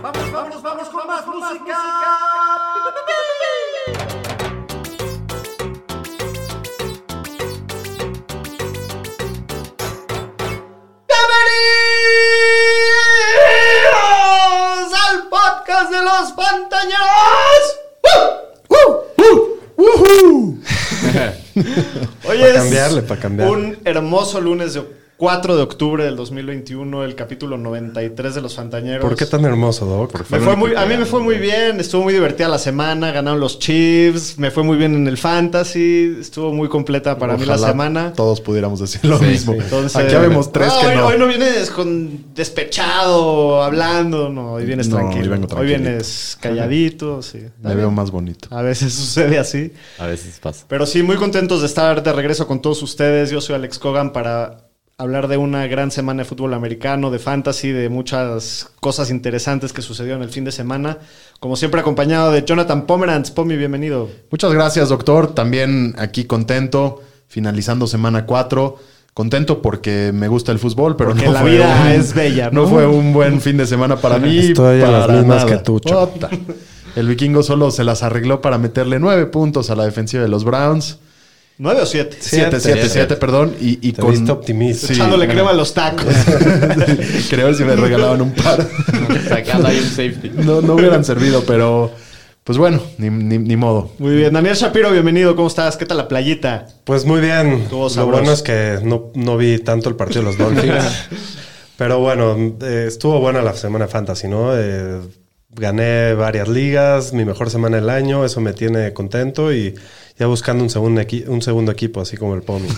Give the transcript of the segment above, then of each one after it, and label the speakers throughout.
Speaker 1: Vamos, vamos, vamos con más música. Bienvenidos al podcast de los pantañeros.
Speaker 2: ¡Uh!
Speaker 1: Hoy
Speaker 2: Pa'
Speaker 1: es
Speaker 2: cambiarle, pa' cambiarle.
Speaker 1: un hermoso lunes de 4 de octubre del 2021, el capítulo 93 de los Fantañeros.
Speaker 2: ¿Por qué tan hermoso, Doc?
Speaker 1: Me fue muy, a mí me fue muy bien, estuvo muy divertida la semana, ganaron los Chiefs, me fue muy bien en el Fantasy, estuvo muy completa para mí la
Speaker 2: Ojalá
Speaker 1: semana.
Speaker 2: Todos pudiéramos decir lo mismo.
Speaker 1: Entonces,
Speaker 2: Aquí habemos tres
Speaker 3: Ah,
Speaker 1: no,
Speaker 2: que
Speaker 1: hoy,
Speaker 2: no.
Speaker 1: Hoy no vienes con despechado, hablando, no, hoy vienes
Speaker 2: No,
Speaker 1: tranquilo.
Speaker 2: hoy vengo tranquilito.
Speaker 1: vienes calladito, sí.
Speaker 2: Me veo más bonito.
Speaker 1: A veces sucede así.
Speaker 4: A veces pasa.
Speaker 1: Pero sí, muy contentos de estar de regreso con todos ustedes. Yo soy Alex Cogan para hablar de una gran semana de fútbol americano, de fantasy, de muchas cosas interesantes que sucedieron el fin de semana. Como siempre, acompañado de Jonathan Pomeranz. Pomi, bienvenido.
Speaker 3: Muchas gracias, doctor. También aquí contento, finalizando semana 4. Contento porque me gusta el fútbol, pero
Speaker 1: Porque
Speaker 3: no
Speaker 1: la
Speaker 3: fue
Speaker 1: vida
Speaker 3: un-
Speaker 1: es bella, ¿no?
Speaker 3: ¿no? fue un buen fin de semana para mí.
Speaker 2: Estoy a
Speaker 3: para
Speaker 2: las mismas que tú, Cho.
Speaker 3: Ota. El vikingo solo se las arregló para meterle nueve puntos a la defensiva de los Browns.
Speaker 1: ¿Nueve o siete?
Speaker 2: Siete,
Speaker 3: 7-7-7, perdón. Y, y
Speaker 2: Te viste optimista.
Speaker 3: Sí.
Speaker 1: Echándole crema a los tacos.
Speaker 3: Quería ver si me regalaban un par.
Speaker 4: Sacando ahí un safety.
Speaker 3: No, no hubieran servido, pero pues bueno, ni, ni- ni modo.
Speaker 1: Muy bien. Daniel Shapiro, bienvenido. ¿Cómo estás? ¿Qué tal la playita?
Speaker 2: Pues muy bien.
Speaker 1: Estuvo
Speaker 2: Lo
Speaker 1: sabroso.
Speaker 2: bueno es que no, no vi tanto el partido de los Dolphins. Pero bueno, eh, estuvo buena la semana fantasy, ¿no? Eh, gané varias ligas, mi mejor semana del año, eso me tiene contento y ya buscando un segundo, equi- un segundo equipo, así como el Pomi.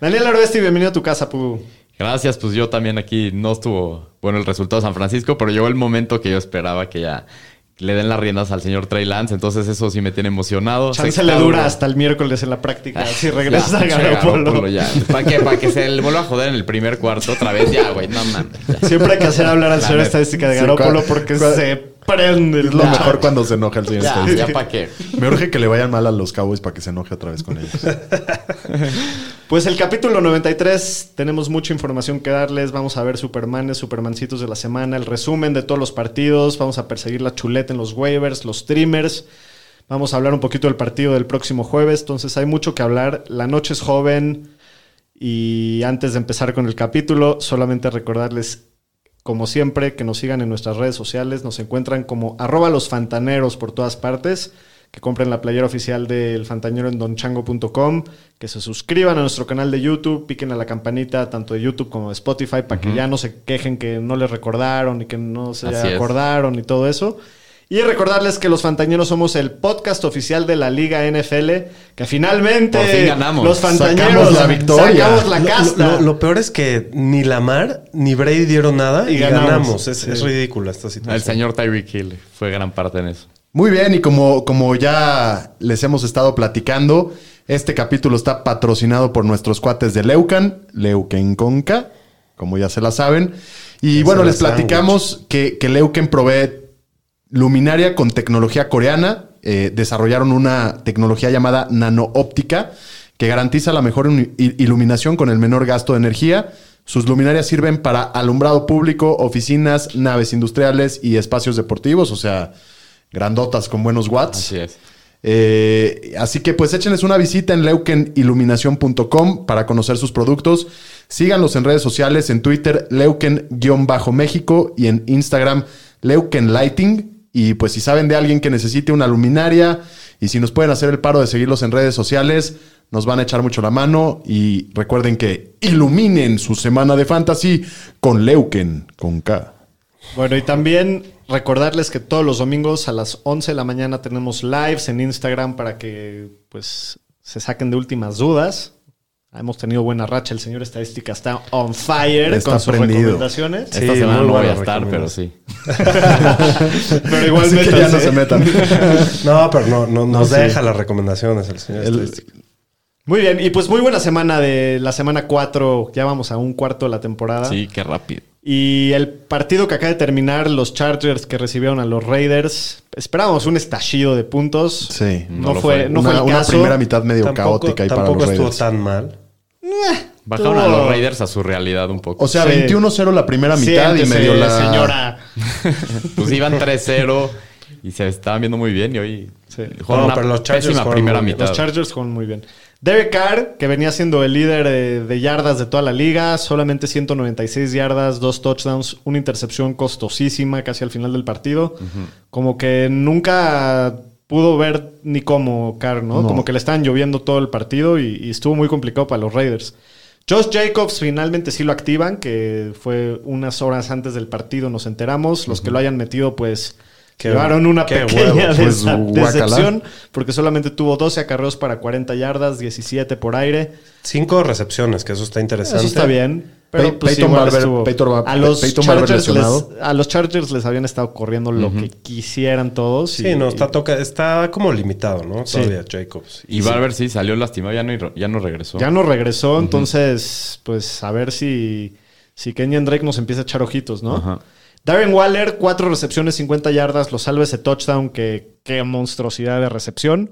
Speaker 1: Daniel Arbesti, bienvenido a tu casa, Pugu.
Speaker 4: Gracias, pues yo también aquí no estuvo bueno el resultado de San Francisco, pero llegó el momento que yo esperaba que ya le den las riendas al señor Trey Lance, entonces eso sí me tiene emocionado.
Speaker 1: Chance
Speaker 4: Sé que Pues está
Speaker 1: le dura
Speaker 4: duro.
Speaker 1: hasta el miércoles en la práctica.
Speaker 4: Ah,
Speaker 1: Si regresa
Speaker 4: ya,
Speaker 1: a
Speaker 4: pinche
Speaker 1: Garoppolo.
Speaker 4: Garoppolo, ya. ¿Para qué? Para que se le vuelva a joder en el primer cuarto otra vez ya, güey. No mames. ya.
Speaker 1: Siempre hay que hacer hablar al
Speaker 4: La
Speaker 1: señor
Speaker 4: neta.
Speaker 1: estadística de
Speaker 3: Sí,
Speaker 1: Garópolo
Speaker 3: cuál-
Speaker 1: porque
Speaker 3: cuál-
Speaker 1: se prende.
Speaker 3: Es lo mejor cuando se enoja el señor
Speaker 4: Ya,
Speaker 3: Stacey.
Speaker 4: ya para qué.
Speaker 3: Me urge que le vayan mal a los Cowboys para que se enoje otra vez con ellos.
Speaker 1: Pues el capítulo 93, tenemos mucha información que darles. Vamos a ver Supermanes, Supermancitos de la semana, el resumen de todos los partidos. Vamos a perseguir la chuleta en los waivers, los streamers. Vamos a hablar un poquito del partido del próximo jueves. Entonces hay mucho que hablar. La noche es joven. Y antes de empezar con el capítulo, solamente recordarles, como siempre, que nos sigan en nuestras redes sociales. Nos encuentran como arroba los fantaneros por todas partes. Que compren la playera oficial del Fantañero en donchango.com, que se suscriban a nuestro canal de YouTube, piquen a la campanita tanto de YouTube como de Spotify para que ya no se quejen que no les recordaron y que no se
Speaker 4: Así es.
Speaker 1: acordaron y todo eso. Y recordarles que los Fantañeros somos el podcast oficial de la Liga NFL, que finalmente
Speaker 4: Por fin ganamos.
Speaker 1: los Fantañeros
Speaker 3: Sacamos la victoria.
Speaker 1: sacamos la
Speaker 2: Lo-
Speaker 1: casta.
Speaker 2: Lo, lo peor es que ni Lamar ni Brady dieron nada
Speaker 1: Y
Speaker 2: y,
Speaker 1: ganamos.
Speaker 2: ganamos. Es,
Speaker 1: Sí.
Speaker 2: es ridícula esta situación.
Speaker 4: El señor Tyreek Hill fue gran parte en eso.
Speaker 3: Muy bien, y como, como ya les hemos estado platicando, este capítulo está patrocinado por nuestros cuates de Leucan, Leuken Conca, como ya se la saben. Y
Speaker 2: Es
Speaker 3: bueno,
Speaker 2: el
Speaker 3: les
Speaker 2: sándwich.
Speaker 3: platicamos que, que Leuken provee luminaria con tecnología coreana. Eh, desarrollaron una tecnología llamada nanoóptica que garantiza la mejor uni- il- iluminación con el menor gasto de energía. Sus luminarias sirven para alumbrado público, oficinas, naves industriales y espacios deportivos, o sea, grandotas con buenos watts.
Speaker 4: Así es.
Speaker 3: Eh, así que pues échenles una visita en leukeniluminación.com para conocer sus productos. Síganlos en redes sociales, en Twitter, leuken-méxico y en Instagram, leukenlighting. Y pues si saben de alguien que necesite una luminaria y si nos pueden hacer el paro de seguirlos en redes sociales, nos van a echar mucho la mano y recuerden que iluminen su semana de fantasy con Leuken, con K.
Speaker 1: Bueno, y también recordarles que todos los domingos a las 11 de la mañana tenemos lives en Instagram para que pues se saquen de últimas dudas. Hemos tenido buena racha, el señor estadística está on fire
Speaker 3: Está
Speaker 1: con sus
Speaker 3: prendido.
Speaker 1: recomendaciones.
Speaker 2: Sí,
Speaker 4: Esta semana
Speaker 2: muy
Speaker 4: no voy
Speaker 2: buena
Speaker 4: a estar, pero
Speaker 2: recomendación.
Speaker 4: sí.
Speaker 1: Pero igual
Speaker 3: Así que ya
Speaker 1: métanse.
Speaker 3: no se metan.
Speaker 2: No, pero no, no- nos
Speaker 3: sí.
Speaker 2: deja las recomendaciones el señor. este.
Speaker 3: El-
Speaker 2: estadístico.
Speaker 1: Muy bien, y pues muy buena semana de la semana 4. Ya vamos a un cuarto de la temporada.
Speaker 4: Sí, qué rápido.
Speaker 1: Y el partido que acaba de terminar, los Chargers que recibieron a los Raiders, esperábamos un estallido de puntos.
Speaker 3: Sí.
Speaker 1: No,
Speaker 4: No lo
Speaker 1: fue,
Speaker 4: fue.
Speaker 1: no
Speaker 3: una,
Speaker 1: fue el
Speaker 3: una
Speaker 1: caso.
Speaker 3: primera mitad medio caótica y para
Speaker 2: tampoco
Speaker 3: los
Speaker 2: estuvo
Speaker 3: Raiders.
Speaker 2: tan mal.
Speaker 4: Bajaron
Speaker 1: Eh, Todo-
Speaker 4: a los Raiders a su realidad un poco.
Speaker 3: O sea,
Speaker 1: Sí.
Speaker 3: 21-0 la primera mitad y
Speaker 1: Siéntese,
Speaker 3: medio la...
Speaker 1: señora.
Speaker 4: Pues iban 3-0 y se estaban viendo muy bien y hoy
Speaker 1: Sí.
Speaker 4: jugaron
Speaker 2: No,
Speaker 4: una
Speaker 2: pero los Chargers
Speaker 4: pésima
Speaker 2: jugaron
Speaker 4: primera
Speaker 2: muy bien.
Speaker 4: mitad.
Speaker 1: Los Chargers jugaron muy bien. Derek Carr, que venía siendo el líder eh, de yardas de toda la liga, solamente 196 yardas, dos touchdowns, una intercepción costosísima casi al final del partido. Como que nunca pudo ver ni cómo Carr, ¿no?
Speaker 3: No.
Speaker 1: Como que le estaban lloviendo todo el partido y, y estuvo muy complicado para los Raiders. Josh Jacobs finalmente sí lo activan, que fue unas horas antes del partido, nos enteramos. Los que lo hayan metido, pues
Speaker 2: Qué-
Speaker 1: llevaron una
Speaker 2: qué
Speaker 1: pequeña
Speaker 2: huevo,
Speaker 3: pues,
Speaker 1: desa-
Speaker 3: guácala.
Speaker 1: decepción porque solamente tuvo 12 acarreos para 40 yardas, 17 por aire.
Speaker 2: Cinco recepciones, que eso está interesante.
Speaker 1: Eso está bien. Pero
Speaker 3: Pey-
Speaker 1: pues,
Speaker 3: Peyton
Speaker 1: igual
Speaker 3: Barber-
Speaker 1: estuvo-
Speaker 3: Peyton Bar-
Speaker 1: a, los
Speaker 3: Peyton Barber
Speaker 1: Chargers les,
Speaker 3: lesionado.
Speaker 1: a los Chargers les habían estado corriendo lo que quisieran todos. y-
Speaker 2: Sí, no, está, toca, está como limitado, ¿no?
Speaker 1: Sí.
Speaker 2: Todavía Jacobs.
Speaker 4: Y Barber sí salió lastimado, ya no, ya no regresó.
Speaker 1: Ya no regresó, entonces, pues a ver si, si Kenyan Drake nos empieza a echar ojitos, ¿no?
Speaker 4: Ajá.
Speaker 1: Darren Waller, cuatro recepciones, 50 yardas, lo salva ese touchdown, que qué monstruosidad de recepción.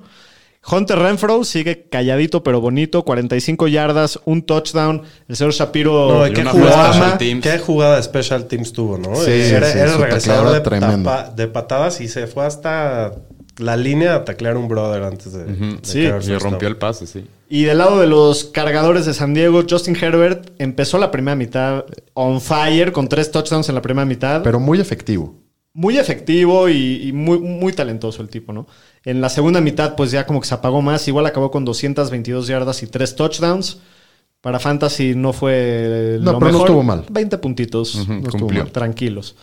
Speaker 1: Hunter Renfro sigue calladito pero bonito, 45 yardas, un touchdown. El señor Shapiro
Speaker 2: No,
Speaker 4: Oh, y
Speaker 2: qué
Speaker 4: una
Speaker 2: jugada,
Speaker 4: Special
Speaker 2: ama,
Speaker 4: Teams.
Speaker 2: qué jugada de Special Teams tuvo, ¿no?
Speaker 3: Sí,
Speaker 2: era
Speaker 3: sí,
Speaker 2: era
Speaker 3: su
Speaker 2: regresador de,
Speaker 3: tacleada tremenda.
Speaker 2: tapa- de patadas y se fue hasta la línea a taclear un brother antes de. de
Speaker 1: Sí,
Speaker 2: quedar
Speaker 4: Y
Speaker 2: first
Speaker 4: rompió
Speaker 2: down.
Speaker 4: el pase, sí.
Speaker 1: Y del lado de los cargadores de San Diego, Justin Herbert empezó la primera mitad on fire con tres touchdowns en la primera mitad.
Speaker 3: Pero muy efectivo.
Speaker 1: muy efectivo y, y muy, muy talentoso el tipo, ¿no? En la segunda mitad, pues ya como que se apagó más. Igual acabó con 222 yardas y 3 touchdowns. Para Fantasy no fue
Speaker 3: No,
Speaker 1: lo
Speaker 3: pero no
Speaker 1: mejor.
Speaker 3: estuvo mal.
Speaker 1: 20 puntitos.
Speaker 4: Ujú,
Speaker 1: No estuvo
Speaker 3: cumplió.
Speaker 1: mal, Tranquilos.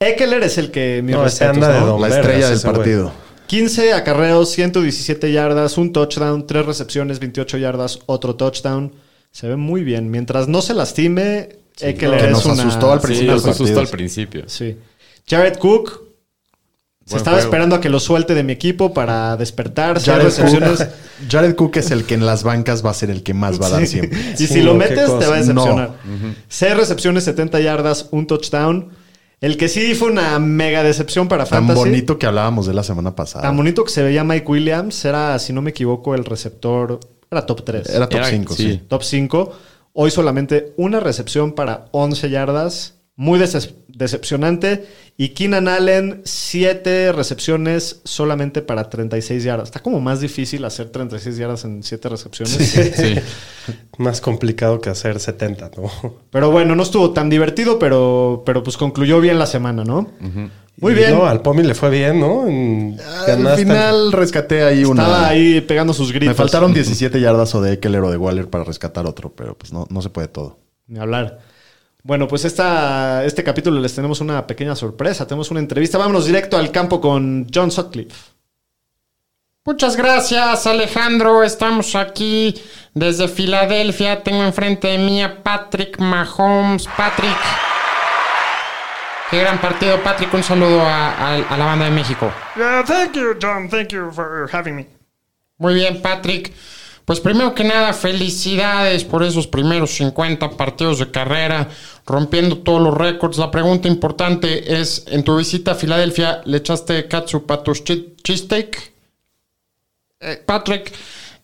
Speaker 1: Eckler es el que... mis
Speaker 2: No,
Speaker 3: este
Speaker 2: ese
Speaker 1: respetos,
Speaker 2: anda de
Speaker 1: ¿no?
Speaker 2: don
Speaker 3: la
Speaker 2: vergas
Speaker 3: estrella del
Speaker 2: ese güey.
Speaker 3: partido.
Speaker 1: 15 acarreos, 117 yardas, un touchdown, tres recepciones, 28 yardas, otro touchdown. Se ve muy bien. Mientras no se lastime, Eckler
Speaker 3: Que
Speaker 1: es
Speaker 3: nos
Speaker 1: una...
Speaker 3: asustó al principio del
Speaker 4: Sí, nos asustó
Speaker 3: partido.
Speaker 4: al principio.
Speaker 1: Sí. Jared Cook. Se
Speaker 4: Buen
Speaker 1: estaba
Speaker 4: juego.
Speaker 1: esperando a que lo suelte de mi equipo para despertar. seis
Speaker 3: Jared Cook,
Speaker 1: recepciones.
Speaker 3: Jared Cook es el que en las bancas va a ser el que más va a dar Ah, siempre.
Speaker 1: Y si
Speaker 2: Sí,
Speaker 1: lo
Speaker 2: qué
Speaker 1: metes, te
Speaker 2: cosa.
Speaker 1: va a decepcionar.
Speaker 3: No.
Speaker 1: Seis recepciones, 70 yardas, un touchdown. El que sí fue una mega decepción para
Speaker 3: Tan
Speaker 1: Fantasy.
Speaker 3: bonito que hablábamos de la semana pasada.
Speaker 1: Tan bonito que se veía Mike Williams. Era, si no me equivoco, el receptor. Era top 3.
Speaker 3: Era top
Speaker 4: Era-
Speaker 3: 5, sí.
Speaker 4: sí.
Speaker 1: top 5. Hoy solamente una recepción para 11 yardas. Muy decep- decepcionante. Y Keenan Allen, 7 recepciones solamente para 36 yardas. Está como más difícil hacer 36 yardas en 7 recepciones.
Speaker 4: Sí.
Speaker 2: Más complicado que hacer 70, ¿no?
Speaker 1: Pero bueno, no estuvo tan divertido, pero, pero pues concluyó bien la semana, ¿no? Muy
Speaker 2: Y
Speaker 1: bien.
Speaker 2: No, al Pomi le fue bien, ¿no? En-
Speaker 3: Al
Speaker 2: ganaste-
Speaker 3: final rescaté ahí una.
Speaker 1: Estaba ahí pegando sus gritos.
Speaker 3: Me faltaron 17 yardas o de Eckler o de Waller para rescatar otro, pero pues no, no se puede todo.
Speaker 1: Ni hablar. Bueno, pues esta, este capítulo les tenemos una pequeña sorpresa. Tenemos una entrevista. Vámonos directo al campo con John Sutcliffe.
Speaker 5: Muchas gracias, Alejandro. Estamos aquí desde Filadelfia. Tengo enfrente de mí a Patrick Mahomes. Patrick. Qué gran partido, Patrick. Un saludo a, a- a la banda de México.
Speaker 6: Yeah, thank you, John. Thank you for having me.
Speaker 5: Muy bien, Patrick. Pues primero que nada, felicidades por esos primeros 50 partidos de carrera, rompiendo todos los récords. La pregunta importante es, en tu visita a Filadelfia, ¿le echaste catsup a tus chi- cheesesteak? Eh, Patrick,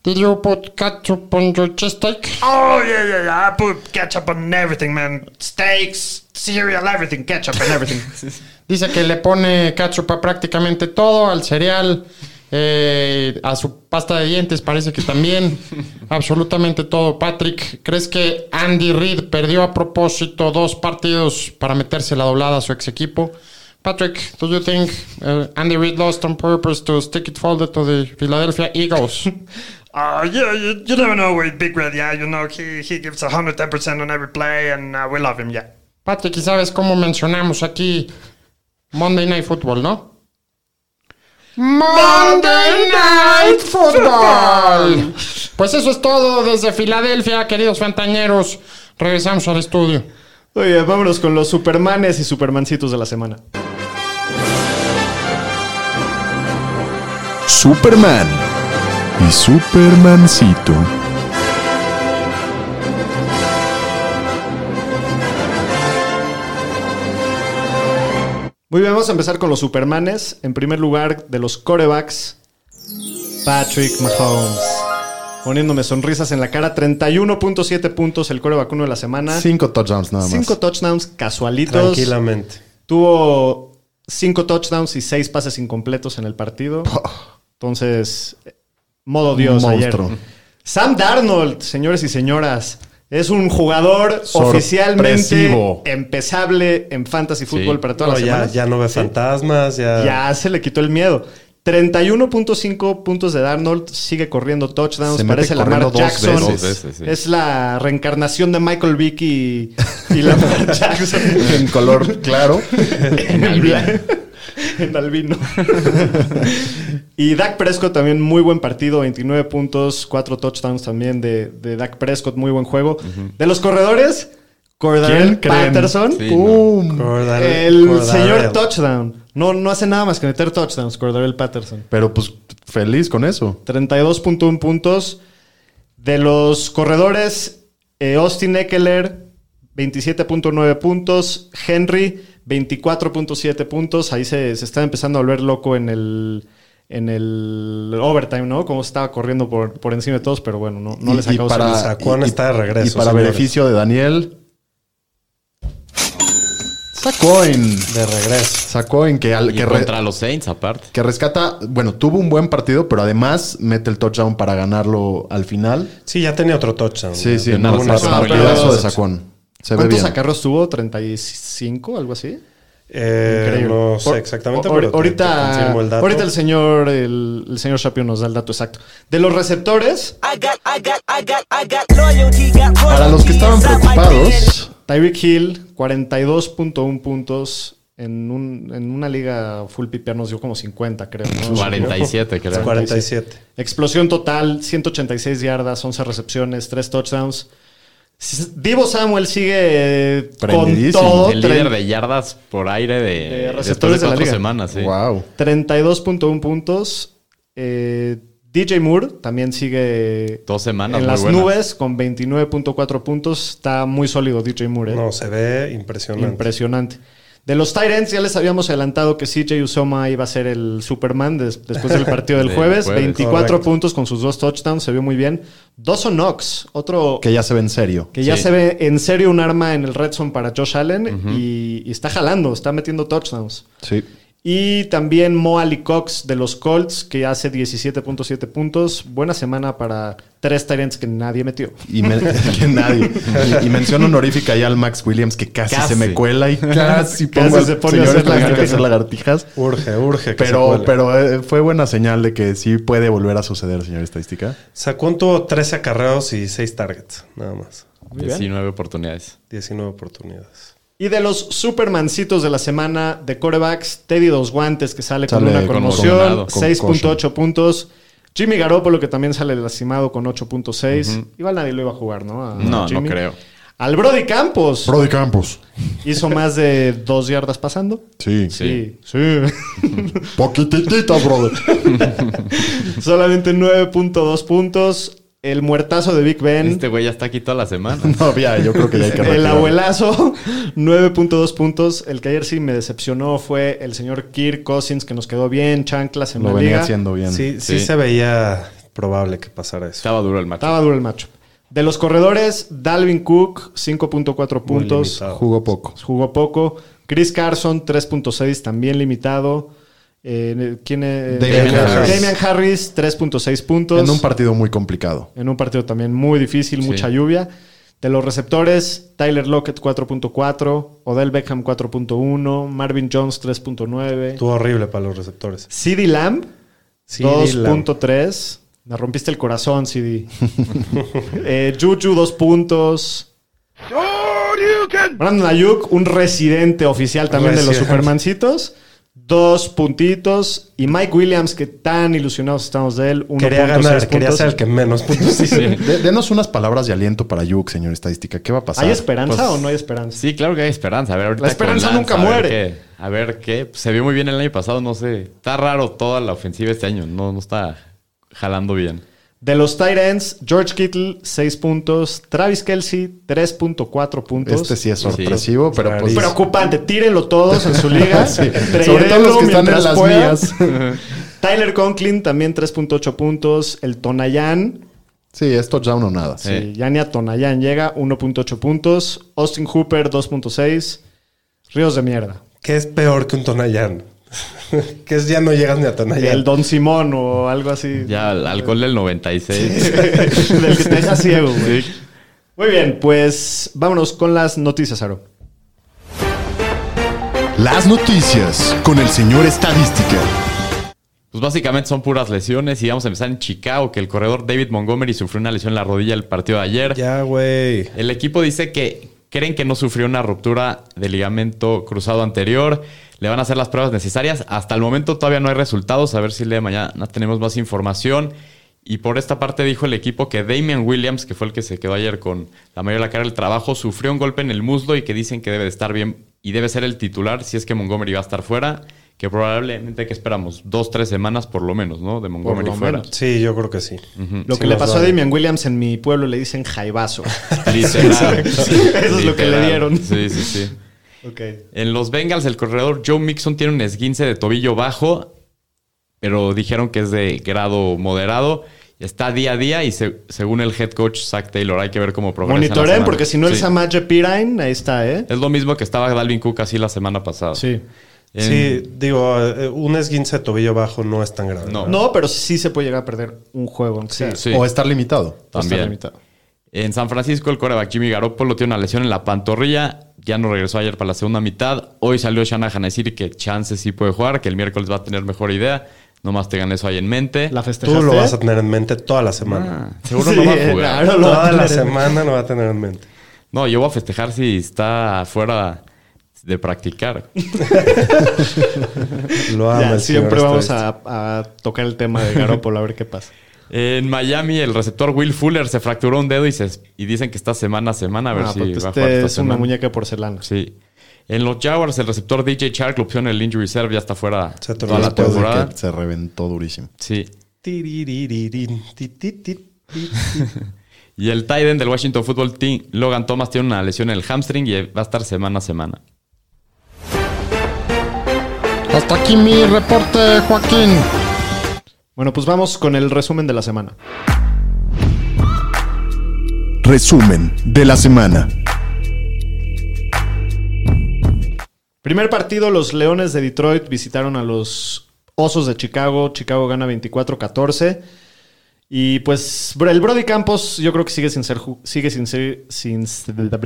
Speaker 5: did you put ketchup on your cheesesteak?
Speaker 6: Oh, yeah, yeah, yeah. I put ketchup on everything, man. Steaks, cereal, everything. Ketchup and everything.
Speaker 5: Dice que le pone ketchup a prácticamente todo, al cereal, eh, a su pasta de dientes, parece que también. absolutamente todo. Patrick, ¿crees que Andy Reid perdió a propósito dos partidos para meterse la doblada a su ex equipo? Patrick, do you think eh, Andy Reid lost on purpose to stick it folded to the Philadelphia Eagles?
Speaker 6: uh, yeah, you, you never know with Big Red, yeah. You know, he, he gives 110% on every play, and uh, we love him, yeah.
Speaker 5: Patrick, y sabes cómo mencionamos aquí Monday Night Football, ¿no? Monday Night Football. Pues eso es todo desde Filadelfia, queridos fantañeros. Regresamos al estudio.
Speaker 1: Muy bien, vámonos con los supermanes y supermancitos de la semana.
Speaker 3: Superman y Supermancito.
Speaker 1: Muy bien, vamos a empezar con los Supermanes. En primer lugar, de los corebacks, Patrick Mahomes. Poniéndome sonrisas en la cara, 31.7 puntos el coreback uno de la semana.
Speaker 3: Cinco touchdowns nada más.
Speaker 1: Cinco touchdowns casualitos.
Speaker 2: Tranquilamente.
Speaker 1: Tuvo cinco touchdowns y seis pases incompletos en el partido. Entonces, modo Dios
Speaker 3: Monstruo.
Speaker 1: ayer. Sam Darnold, señores y señoras, es un jugador oficialmente
Speaker 3: Sorpresivo.
Speaker 1: empezable en fantasy fútbol para toda la
Speaker 2: No, ya,
Speaker 1: semana.
Speaker 2: ya no ve fantasmas, ya.
Speaker 1: Ya se le quitó el miedo. 31.5 puntos de Darnold, sigue corriendo touchdowns,
Speaker 3: Se mete
Speaker 1: parece Lamar
Speaker 3: corriendo dos
Speaker 1: Jackson.
Speaker 3: veces.
Speaker 4: Dos veces, sí.
Speaker 1: Es la reencarnación de Michael Vick y, y Lamar Jackson.
Speaker 3: en color claro.
Speaker 1: en albino. en albino. y Dak Prescott también muy buen partido, 29 puntos, 4 touchdowns también de, de Dak Prescott, muy buen juego. De los corredores, Cordell
Speaker 3: ¿Quién creen?
Speaker 1: Patterson,
Speaker 4: Sí,
Speaker 3: ¡Pum!
Speaker 2: Cordal-
Speaker 1: el
Speaker 2: Cordal-
Speaker 1: señor touchdown. No, no hace nada más que meter touchdowns, Cordell Patterson.
Speaker 3: Pero pues feliz con eso.
Speaker 1: 32.1 puntos. De los corredores, eh, Austin Eckler, 27.9 puntos. Henry, 24.7 puntos. Ahí se, se está empezando a volver loco en el, en el overtime, ¿no? Como estaba corriendo por, por encima de todos, pero bueno, no, no
Speaker 3: Y-
Speaker 1: le
Speaker 3: y
Speaker 1: sacamos
Speaker 3: para-
Speaker 2: el Saquon
Speaker 3: Ah, y- y-
Speaker 2: está de regreso,
Speaker 3: Y para
Speaker 2: señores.
Speaker 3: beneficio de Daniel. Sacó en.
Speaker 2: De regreso.
Speaker 3: Sacó en que, al,
Speaker 4: Y
Speaker 3: que, re-
Speaker 4: contra los Saints, aparte.
Speaker 3: que rescata. Bueno, tuvo un buen partido, pero además mete el touchdown para ganarlo al final.
Speaker 2: Sí, ya tenía otro touchdown.
Speaker 3: Sí, sí, Ah,
Speaker 4: nada,
Speaker 3: no, un
Speaker 4: se ve
Speaker 3: partidazo
Speaker 1: bien.
Speaker 3: de Sacón. Se ve
Speaker 1: ¿Cuántos
Speaker 3: bien.
Speaker 1: acarreos tuvo? ¿35? ¿Algo así?
Speaker 2: Eh,
Speaker 1: Increíble.
Speaker 2: no sé
Speaker 1: Por-
Speaker 2: exactamente,
Speaker 1: ahor-
Speaker 2: pero te- te
Speaker 1: ahorita,
Speaker 2: confirmo el dato.
Speaker 1: ahorita el señor, el, el señor Shapiro nos da el dato exacto. De los receptores,
Speaker 3: Para los que estaban preocupados,
Speaker 1: Tyreek Hill, 42.1 puntos. En, un- en una liga full PPR nos dio como 50, creo. Pues, ¿no?
Speaker 4: 47, creo.
Speaker 2: 47.
Speaker 1: Explosión total, 186 yardas, 11 recepciones, 3 touchdowns. S- Divo Samuel sigue eh, con
Speaker 3: Prendidísimo.
Speaker 1: todo.
Speaker 4: El líder de yardas por aire de,
Speaker 1: receptores
Speaker 4: después
Speaker 1: de
Speaker 4: de
Speaker 1: la
Speaker 4: cuatro
Speaker 1: liga.
Speaker 4: semanas. sí.
Speaker 3: wow.
Speaker 1: 32.1 puntos. Eh, DJ Moore también sigue
Speaker 4: Dos semanas
Speaker 1: en
Speaker 4: ah, muy
Speaker 1: las
Speaker 4: buenas.
Speaker 1: nubes con 29.4 puntos. Está muy sólido DJ Moore. ¿eh?
Speaker 2: No, se ve impresionante.
Speaker 1: Impresionante. De los Tyrants ya les habíamos adelantado que CJ Usoma iba a ser el Superman des- después del partido del
Speaker 4: Del
Speaker 1: jueves.
Speaker 4: jueves.
Speaker 1: 24
Speaker 2: Correcto.
Speaker 1: puntos con sus dos touchdowns, se vio muy bien. Dos Knox, otro
Speaker 3: Que ya se ve en serio.
Speaker 1: que ya
Speaker 4: Sí.
Speaker 1: se ve en serio un arma en el red zone para Josh Allen y, y está jalando, está metiendo touchdowns.
Speaker 3: Sí.
Speaker 1: Y también Mo Ali Cox de los Colts, que hace 17.7 puntos. Buena semana para tres Tyrants que nadie metió.
Speaker 3: Y, men- que nadie. y mención honorífica ya al Max Williams que casi,
Speaker 4: Casi.
Speaker 3: se me cuela y casi pongo
Speaker 1: Casi
Speaker 3: al
Speaker 1: se pone a
Speaker 3: señor
Speaker 1: hacer
Speaker 3: que tenga que
Speaker 1: lagartijas.
Speaker 3: hacer lagartijas.
Speaker 2: Urge, urge. que se
Speaker 3: Pero,
Speaker 2: cuele.
Speaker 3: pero eh, fue buena señal de que sí puede volver a suceder, señor estadística.
Speaker 2: Saquon tuvo 13 acarreos y 6 targets, nada más.
Speaker 4: 19 oportunidades.
Speaker 2: 19 oportunidades.
Speaker 1: Y de los supermancitos de la semana de corebacks, Teddy Dos Guantes, que sale, con
Speaker 3: Sale
Speaker 1: una
Speaker 3: con
Speaker 1: conmoción,
Speaker 4: lesionado.
Speaker 1: 6.8 puntos. Jimmy Garoppolo, que también sale lastimado con 8.6. Igual nadie lo iba a jugar, ¿no? A- a
Speaker 4: No, no
Speaker 1: Ah, Jimmy.
Speaker 4: creo.
Speaker 1: Al Brody Campos
Speaker 3: Brody Campos.
Speaker 1: hizo más de dos yardas pasando.
Speaker 3: Sí.
Speaker 1: Sí,
Speaker 4: Sí.
Speaker 1: sí.
Speaker 3: Poquitito, brother.
Speaker 1: Solamente 9.2 puntos. El muertazo de Big Ben.
Speaker 4: Este güey ya está aquí toda la semana.
Speaker 3: No, ya, yo creo que ya hay que
Speaker 1: El
Speaker 3: retirarlo.
Speaker 1: abuelazo, 9.2 puntos. El que ayer sí me decepcionó fue el señor Kirk Cousins, que nos quedó bien, chanclas en
Speaker 3: Lo
Speaker 1: la
Speaker 3: venía
Speaker 1: liga.
Speaker 3: haciendo bien.
Speaker 2: Sí, sí,
Speaker 4: Sí.
Speaker 2: se veía probable que pasara eso.
Speaker 4: Estaba duro el match.
Speaker 1: Estaba duro el macho. De los corredores, Dalvin Cook, 5.4
Speaker 2: Muy
Speaker 1: puntos.
Speaker 2: limitado.
Speaker 3: Jugó poco.
Speaker 1: Jugó poco. Chris Carson, 3.6, también limitado. Eh, ¿Quién es?
Speaker 3: Damian
Speaker 4: Harris.
Speaker 1: Damian Harris, 3.6 puntos.
Speaker 3: En un partido muy complicado.
Speaker 1: En un partido también muy difícil, mucha lluvia. De los receptores, Tyler Lockett 4.4, Odell Beckham 4.1, Marvin Jones 3.9,
Speaker 2: Estuvo horrible para los receptores.
Speaker 1: CD Lamb
Speaker 2: CD Lamb.
Speaker 1: 2.3. Me rompiste el corazón, CD. Eh, Juju, 2 puntos. Brandon Ayuk, un residente oficial también de los
Speaker 2: Residente.
Speaker 1: Supermancitos. Dos puntitos. Y Mike Williams, que tan ilusionados estamos de él. 1.6
Speaker 2: Quería ganar, quería
Speaker 1: puntos.
Speaker 2: ser el que menos puntos hizo.
Speaker 3: De- denos unas palabras de aliento para Yuk, señor estadística. ¿Qué va a pasar? Pues,
Speaker 1: ¿Hay esperanza
Speaker 2: Pues,
Speaker 1: o no hay esperanza?
Speaker 4: Sí, claro que hay esperanza. A ver, ahorita
Speaker 1: La esperanza
Speaker 4: con
Speaker 1: nunca
Speaker 4: a ver
Speaker 1: muere.
Speaker 4: qué- a ver qué. Se vio muy bien el año pasado, no sé. Está raro toda la ofensiva este año. No, no está jalando bien.
Speaker 1: De los tight ends, George Kittle, 6 puntos. Travis Kelsey, 3.4 puntos.
Speaker 3: Este sí es sorpresivo, pero pues.
Speaker 1: Preocupante, tírenlo todos en su liga.
Speaker 3: Sí.
Speaker 1: Traderenlo
Speaker 3: Sobre todo los que están en
Speaker 1: mientras
Speaker 3: las
Speaker 1: puedan.
Speaker 3: mías.
Speaker 1: Tyler Conklin también 3.8 puntos. El Tonayán,
Speaker 3: Sí, es touchdown o nada.
Speaker 1: sí, ya ni a Tonayán llega, 1.8 puntos. Austin Hooper 2.6. Ríos de mierda.
Speaker 2: ¿Qué es peor que un Tonayán? que es ya no llegas ni a
Speaker 1: El
Speaker 2: Tonayán.
Speaker 1: Don Simón o algo así.
Speaker 4: Ya, el alcohol del 96.
Speaker 1: del que te deja ciego, güey.
Speaker 4: Sí.
Speaker 1: Muy bien, pues vámonos con las noticias, Aro.
Speaker 7: Las noticias con el señor Estadística.
Speaker 4: Pues básicamente son puras lesiones y vamos a empezar en Chicago, que el corredor David Montgomery sufrió una lesión en la rodilla el partido de ayer.
Speaker 2: Ya, güey.
Speaker 4: El equipo dice que creen que no sufrió una ruptura del ligamento cruzado anterior. Le van a hacer las pruebas necesarias. Hasta el momento todavía no hay resultados. A ver si el día de mañana tenemos más información. Y por esta parte dijo el equipo que Damian Williams, que fue el que se quedó ayer con la mayor de la cara del trabajo, sufrió un golpe en el muslo y que dicen que debe de estar bien y debe ser el titular si es que Montgomery va a estar fuera. Que probablemente que esperamos dos, tres semanas por lo menos, ¿no? De Montgomery fuera.
Speaker 2: Sí, yo creo que Mm, sí.
Speaker 1: Lo que le pasó a Damian Williams en mi pueblo le dicen jaibazo.
Speaker 4: Literal.
Speaker 1: Eso es lo que le
Speaker 4: Literal.
Speaker 1: dieron.
Speaker 4: Sí, sí, sí.
Speaker 1: Ok.
Speaker 4: En los Bengals, el corredor Joe Mixon tiene un esguince de tobillo bajo, pero dijeron que es de grado moderado. Está día a día y se- según el head coach Zach Taylor, hay que ver cómo progresa. en la
Speaker 1: Monitoren,
Speaker 4: semana.
Speaker 1: porque si no el
Speaker 4: Sí.
Speaker 1: Samaje Pirine, ahí está, ¿eh?
Speaker 4: Es lo mismo que estaba Dalvin Cook así la semana pasada.
Speaker 1: Sí.
Speaker 4: En-
Speaker 2: Sí, digo, eh, un esguince de tobillo bajo no es tan grave.
Speaker 4: No.
Speaker 1: No, pero sí se puede llegar a perder un juego. aunque sea.
Speaker 4: sí.
Speaker 3: O estar limitado.
Speaker 1: Está
Speaker 4: También.
Speaker 1: limitado.
Speaker 4: En San Francisco, el coreback Jimmy Garoppolo tiene una lesión en la pantorrilla. Ya no regresó ayer para la segunda mitad. Hoy salió Shanahan a decir que chance sí puede jugar, que el miércoles va a tener mejor idea. Nomás tengan eso ahí en mente. Ah,
Speaker 1: La festejaste.
Speaker 2: Tú lo vas a tener en mente toda la semana.
Speaker 4: Seguro
Speaker 1: Sí,
Speaker 4: no va a jugar.
Speaker 1: claro, lo va a
Speaker 2: toda la
Speaker 1: tener en-
Speaker 2: semana lo va a tener en mente.
Speaker 4: No, yo voy a festejar si está fuera de practicar.
Speaker 2: Lo ama
Speaker 1: Ya,
Speaker 2: el señor
Speaker 1: siempre vamos
Speaker 2: Stevens.
Speaker 1: a, a tocar el tema de Garoppolo a ver qué pasa.
Speaker 4: En Miami, el receptor Will Fuller se fracturó un dedo y, se, y dicen que está semana a semana. A ver
Speaker 1: Ah,
Speaker 4: si
Speaker 1: porque
Speaker 4: Pues va a
Speaker 1: este
Speaker 4: jugar esta
Speaker 1: es una
Speaker 4: semana.
Speaker 1: muñeca de porcelana.
Speaker 4: Sí. En los Jaguars, el receptor DJ Chark lo pusieron en el injury reserve. Ya está fuera
Speaker 2: Se
Speaker 4: toda la
Speaker 3: Después de
Speaker 4: temporada.
Speaker 3: que se reventó durísimo.
Speaker 4: Sí.
Speaker 2: Tiririririn, ti, ti, ti, ti.
Speaker 4: Y el tight end del Washington Football Team, Logan Thomas, tiene una lesión en el hamstring y va a estar semana a semana.
Speaker 5: Hasta aquí mi reporte, Joaquín.
Speaker 1: Bueno, pues vamos con el resumen de la semana.
Speaker 7: Resumen de la semana.
Speaker 1: Primer partido, los Leones de Detroit visitaron a los Osos de Chicago. Chicago gana 24-14. Y pues bro, el Brody Campos, yo creo que sigue sin ser ju- sigue sin ser sin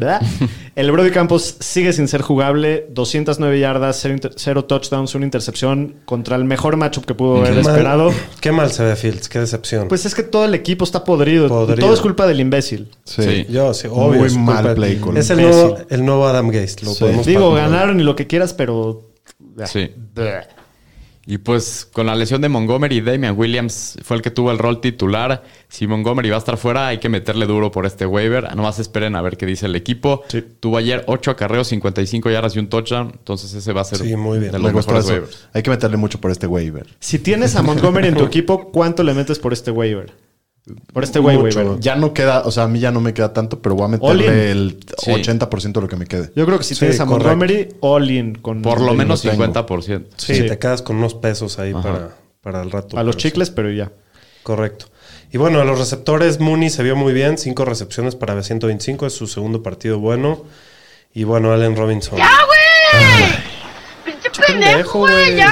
Speaker 1: el Brody Campos sigue sin ser jugable, 209 yardas, 0, touchdowns, una intercepción contra el mejor matchup que pudo haber
Speaker 2: Qué mal-
Speaker 1: esperado.
Speaker 2: Qué mal se ve Fields, qué decepción.
Speaker 1: Pues es que todo el equipo está podrido,
Speaker 2: Podrido.
Speaker 1: todo es culpa del imbécil.
Speaker 3: Sí.
Speaker 4: Sí.
Speaker 2: Yo, sí, obvio.
Speaker 3: Muy
Speaker 2: es
Speaker 3: mal
Speaker 2: culpa de-
Speaker 3: play call.
Speaker 2: Es el
Speaker 1: Imbécil.
Speaker 2: nuevo, el nuevo Adam Gates. Lo
Speaker 3: Sí.
Speaker 2: podemos
Speaker 1: Digo,
Speaker 2: patentar.
Speaker 1: ganaron y lo que quieras, pero
Speaker 4: Sí. Y pues con la lesión de Montgomery, Damian Williams fue el que tuvo el rol titular. Si Montgomery va a estar fuera, hay que meterle duro por este waiver. Nomás esperen a ver qué dice el equipo.
Speaker 1: Sí.
Speaker 4: Tuvo ayer 8 acarreos, 55 yardas y un touchdown. Entonces ese va a ser
Speaker 2: Sí, muy bien.
Speaker 4: de
Speaker 3: Me
Speaker 4: los
Speaker 3: gustó
Speaker 4: mejores
Speaker 3: eso.
Speaker 4: waivers.
Speaker 3: Hay que meterle mucho por este waiver.
Speaker 1: Si tienes a Montgomery en tu equipo, ¿cuánto le metes por este waiver? Por este wai-
Speaker 3: Mucho.
Speaker 1: waiver.
Speaker 3: Ya no queda, o sea, a mí ya no me queda tanto, pero voy a meterle
Speaker 1: All in.
Speaker 3: el
Speaker 4: Sí.
Speaker 3: 80% de lo que me quede.
Speaker 1: Yo creo que si
Speaker 2: Sí,
Speaker 1: tienes a
Speaker 2: correcto.
Speaker 1: Montgomery, all in con
Speaker 4: Por lo
Speaker 1: con-
Speaker 4: menos
Speaker 3: tengo.
Speaker 4: 50%.
Speaker 2: Sí,
Speaker 1: Sí.
Speaker 2: te quedas con unos pesos ahí
Speaker 4: Ajá.
Speaker 2: para, para el rato.
Speaker 1: a los
Speaker 2: pero
Speaker 1: chicles, pero ya.
Speaker 2: sí, Correcto. Y bueno, a los receptores, Mooney se vio muy bien. Cinco recepciones para 125. Es su segundo partido bueno. Y bueno, Allen Robinson.
Speaker 8: güey! ¡Pinche pendejo, güey! ¡Ya!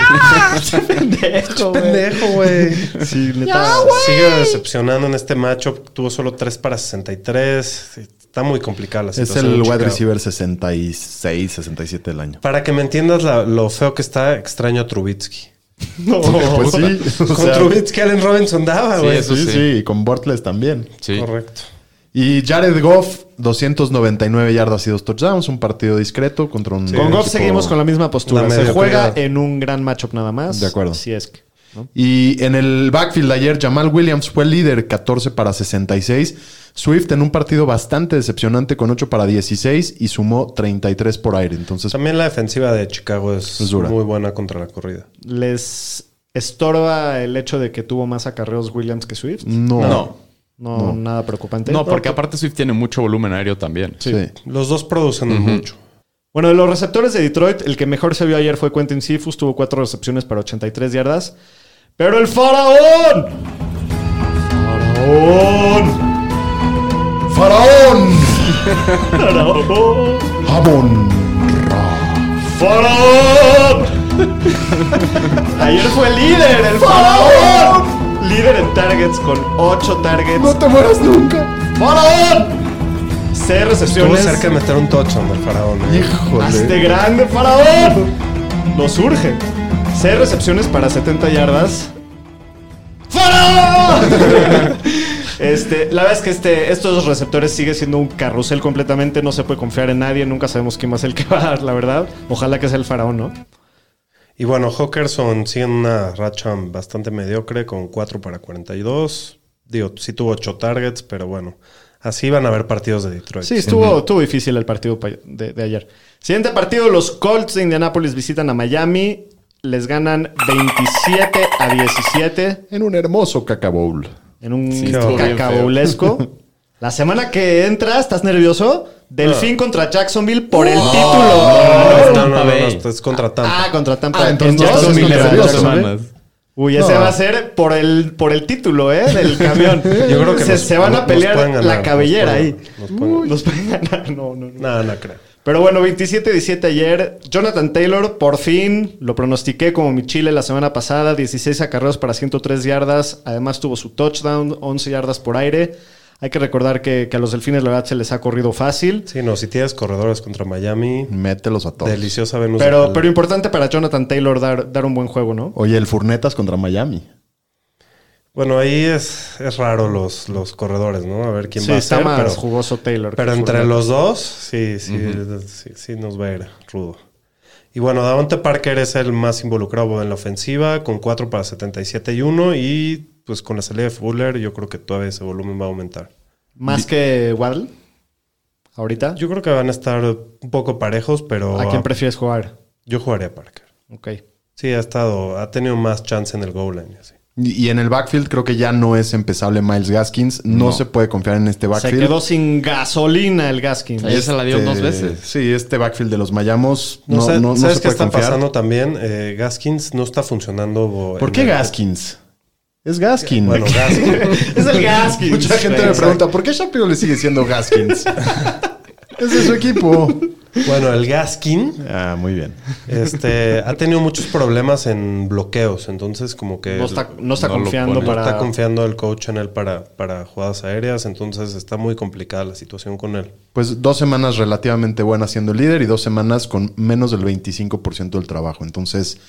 Speaker 2: pendejo, güey!
Speaker 1: Sí,
Speaker 2: Sigue decepcionando en este matchup. Tuvo solo 3 para 63. Sí, Está muy complicada la
Speaker 3: Es
Speaker 2: situación.
Speaker 3: el
Speaker 2: en
Speaker 3: wide
Speaker 2: Chicago.
Speaker 3: receiver 66, 67 del año.
Speaker 2: Para que me entiendas la- lo feo que está, extraño a Trubitsky.
Speaker 1: No.
Speaker 3: Pues sí. o
Speaker 2: Con
Speaker 3: sea,
Speaker 2: Trubitsky Allen Robinson daba,
Speaker 4: Sí,
Speaker 2: güey.
Speaker 4: eso
Speaker 3: sí,
Speaker 4: sí.
Speaker 3: sí, y con Bortles también.
Speaker 4: Sí.
Speaker 2: Correcto.
Speaker 3: Y Jared Goff, 299 yardas y dos touchdowns, un partido discreto contra un.
Speaker 1: Con Goff
Speaker 3: equipo-
Speaker 1: seguimos con la misma postura.
Speaker 2: La
Speaker 1: Se
Speaker 2: mediocridad.
Speaker 1: juega en un gran matchup nada más.
Speaker 3: De acuerdo.
Speaker 1: Si es que. ¿no?
Speaker 3: Y en el backfield de ayer, Jamal Williams fue el líder, 14 para 66. Swift en un partido bastante decepcionante con 8 para 16 y sumó 33 por aire. Entonces,
Speaker 2: También la defensiva de Chicago es,
Speaker 3: Es dura.
Speaker 2: muy buena contra la corrida.
Speaker 1: Les estorba el hecho de que tuvo más acarreos Williams que Swift.
Speaker 3: Mm, no.
Speaker 4: No.
Speaker 1: No, nada preocupante.
Speaker 4: No, porque aparte Swift tiene mucho volumen aéreo también.
Speaker 3: Sí.
Speaker 2: Los dos producen mucho.
Speaker 1: Bueno, de los receptores de Detroit, el que mejor se vio ayer fue Quentin Sifus, tuvo cuatro recepciones para 83 yardas. ¡Pero el faraón! ¡Faraón!
Speaker 3: ¡Faraón!
Speaker 1: ¡Faraón!
Speaker 3: ¡Abon!
Speaker 1: ¡Faraón! Ayer fue líder, el faraón. Líder en targets con 8 targets.
Speaker 3: ¡No te mueras nunca!
Speaker 1: ¡Faraón! 6
Speaker 2: Estuvo
Speaker 1: recepciones.
Speaker 2: cerca de meter un touchdown del faraón. eh.
Speaker 1: Hazte
Speaker 3: ¡Híjole!
Speaker 1: grande, faraón. Lo surge. 6 recepciones para 70 yardas. ¡Faraón! Este, la verdad es que este, estos receptores sigue siendo un carrusel completamente. No se puede confiar en nadie. Nunca sabemos quién va a ser el que va a dar, la verdad. Ojalá que sea el faraón, ¿no?
Speaker 2: Y bueno, Hawkerson sigue en una racha bastante mediocre con 4 para 42. Digo, sí tuvo 8 targets, pero bueno, así van a haber partidos de Detroit.
Speaker 1: Pues Sí, estuvo, estuvo difícil el partido pa- de, de ayer. Siguiente partido, los Colts de Indianápolis visitan a Miami. Les ganan 27 a 17
Speaker 3: En un hermoso cacabowl.
Speaker 1: en un
Speaker 4: Sí, estuvo bien
Speaker 1: cacabolesco. La semana que entra, ¿estás nervioso? Delfín contra Jacksonville por el título.
Speaker 2: No,
Speaker 4: no,
Speaker 2: no, no,
Speaker 4: Tampa
Speaker 2: no,
Speaker 4: Bay.
Speaker 2: es contra Tampa.
Speaker 1: Ah, contra Tampa.
Speaker 3: Ah, entonces
Speaker 1: Es
Speaker 3: no estás
Speaker 1: Jacksonville
Speaker 3: muy
Speaker 1: contra
Speaker 3: nervioso,
Speaker 1: Jacksonville.
Speaker 3: ¿no?
Speaker 1: Uy, ese
Speaker 3: No.
Speaker 1: va a ser por el, por el título, ¿eh? Del camión.
Speaker 2: Yo creo que
Speaker 1: se,
Speaker 2: nos-
Speaker 1: se van a
Speaker 2: nos- nos
Speaker 1: pelear
Speaker 2: pueden ganar,
Speaker 1: la cabellera
Speaker 2: nos
Speaker 1: ahí.
Speaker 2: pueden- nos pueden-
Speaker 1: Uy, Los pueden ganar. No, no, no.
Speaker 2: No, no creo.
Speaker 1: Pero bueno, 27-17 ayer. Jonathan Taylor, por fin, lo pronostiqué como mi chile la semana pasada. 16 acarreos para 103 yardas. Además tuvo su touchdown, 11 yardas por aire. Hay que recordar que, que a los delfines la verdad se les ha corrido fácil.
Speaker 2: Sí, no, si tienes corredores contra Miami,
Speaker 3: Mételos a todos.
Speaker 2: deliciosa Venus. de
Speaker 1: Pero,
Speaker 2: Palma.
Speaker 1: pero importante para Jonathan Taylor dar, dar un buen juego, ¿no?
Speaker 3: Oye, el Furnetas contra Miami.
Speaker 2: Bueno, ahí es, es raro los, los corredores, ¿no? A ver quién
Speaker 1: Sí,
Speaker 2: va a
Speaker 1: está
Speaker 2: ser.
Speaker 1: más
Speaker 2: pero-
Speaker 1: jugoso Taylor.
Speaker 2: Pero
Speaker 1: que
Speaker 2: entre
Speaker 1: Fournette.
Speaker 2: los dos, sí, sí, sí, sí nos va a ir rudo. Y bueno, Davante Parker es el más involucrado en la ofensiva, con 4 para 77 y 1. Y pues con la salida de Fuller, yo creo que todavía ese volumen va a aumentar.
Speaker 1: Más que Waddle, ahorita.
Speaker 2: Yo creo que van a estar un poco parejos, pero
Speaker 1: ¿A quién
Speaker 2: ah,
Speaker 1: prefieres jugar?
Speaker 2: yo jugaría a Parker.
Speaker 1: Ok.
Speaker 2: Sí, ha estado, ha tenido más chance en el goal line. así.
Speaker 3: Y, y en el backfield creo que ya no es empezable Miles Gaskins. No, se puede confiar en este
Speaker 1: Se
Speaker 3: backfield.
Speaker 1: quedó sin gasolina el Gaskin.
Speaker 4: Ahí se la dio
Speaker 3: Este,
Speaker 4: dos veces.
Speaker 3: Sí, este backfield de los Mayamos no,
Speaker 2: No, sé,
Speaker 3: no- no
Speaker 2: ¿Sabes
Speaker 3: se
Speaker 2: qué
Speaker 3: puede
Speaker 2: está
Speaker 3: confiar.
Speaker 2: pasando también? Eh, Gaskins no está funcionando.
Speaker 3: ¿Por
Speaker 2: en
Speaker 3: qué
Speaker 2: el-
Speaker 3: Gaskins? Es Gaskins.
Speaker 2: Bueno, Gaskins.
Speaker 1: es el Gaskin.
Speaker 3: Mucha gente me pregunta, ¿por qué Shapiro le sigue siendo Gaskins? es de su equipo.
Speaker 2: bueno, el Gaskin
Speaker 3: Ah, muy bien.
Speaker 2: Este, ha tenido muchos problemas en bloqueos, entonces como que
Speaker 1: No está, no está
Speaker 4: No lo
Speaker 1: confiando
Speaker 4: pone.
Speaker 2: no
Speaker 1: para...
Speaker 2: está confiando el coach en él para, para jugadas aéreas, entonces está muy complicada la situación con él.
Speaker 3: Pues dos semanas relativamente buenas siendo el líder y dos semanas con menos del 25% del trabajo. Entonces,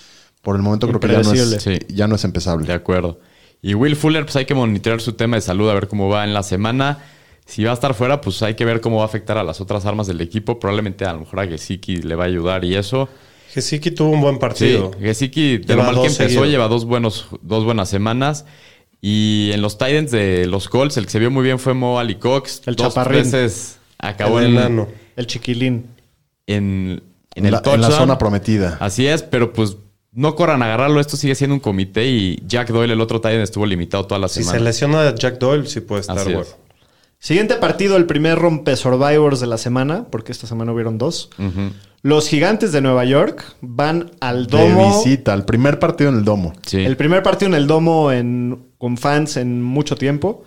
Speaker 3: por el momento creo que ya no es,
Speaker 4: Impredecible.
Speaker 3: ya no es empezable.
Speaker 4: De acuerdo. Y Will Fuller, pues hay que monitorear su tema de salud, a ver cómo va en la semana. Si va a estar fuera, pues hay que ver cómo va a afectar a las otras armas del equipo. Probablemente a lo mejor a Gesicki le va a ayudar y eso.
Speaker 2: Gesicki tuvo un buen
Speaker 4: Sí,
Speaker 2: partido.
Speaker 4: Gesicki, de
Speaker 2: Lleva
Speaker 4: lo mal que
Speaker 2: dos
Speaker 4: empezó,
Speaker 2: seguidos.
Speaker 4: lleva dos, buenos, dos buenas semanas. Y en los Titans de los Colts, el que se vio muy bien fue Mo Ali Cox.
Speaker 1: El
Speaker 4: dos
Speaker 1: chaparrín.
Speaker 4: veces acabó
Speaker 2: El
Speaker 4: en,
Speaker 2: enano.
Speaker 1: El chiquilín.
Speaker 4: en, en
Speaker 3: En
Speaker 4: el
Speaker 3: la- en la
Speaker 4: touchdown.
Speaker 3: zona prometida.
Speaker 4: Así es, pero pues no corran a agarrarlo. Esto sigue siendo un comité y Jack Doyle, el otro Titan, estuvo limitado toda la
Speaker 2: Si
Speaker 4: semana.
Speaker 2: se lesiona a Jack Doyle, sí puede estar
Speaker 4: Así
Speaker 2: bueno.
Speaker 4: es.
Speaker 1: Siguiente partido, el primer rompe Survivors de la semana, porque esta semana hubieron dos.
Speaker 4: Mm.
Speaker 1: Los gigantes de Nueva York van al
Speaker 3: De
Speaker 1: domo.
Speaker 3: visita, el primer partido en el domo.
Speaker 4: Sí.
Speaker 1: El primer partido en el domo en, con fans en mucho tiempo.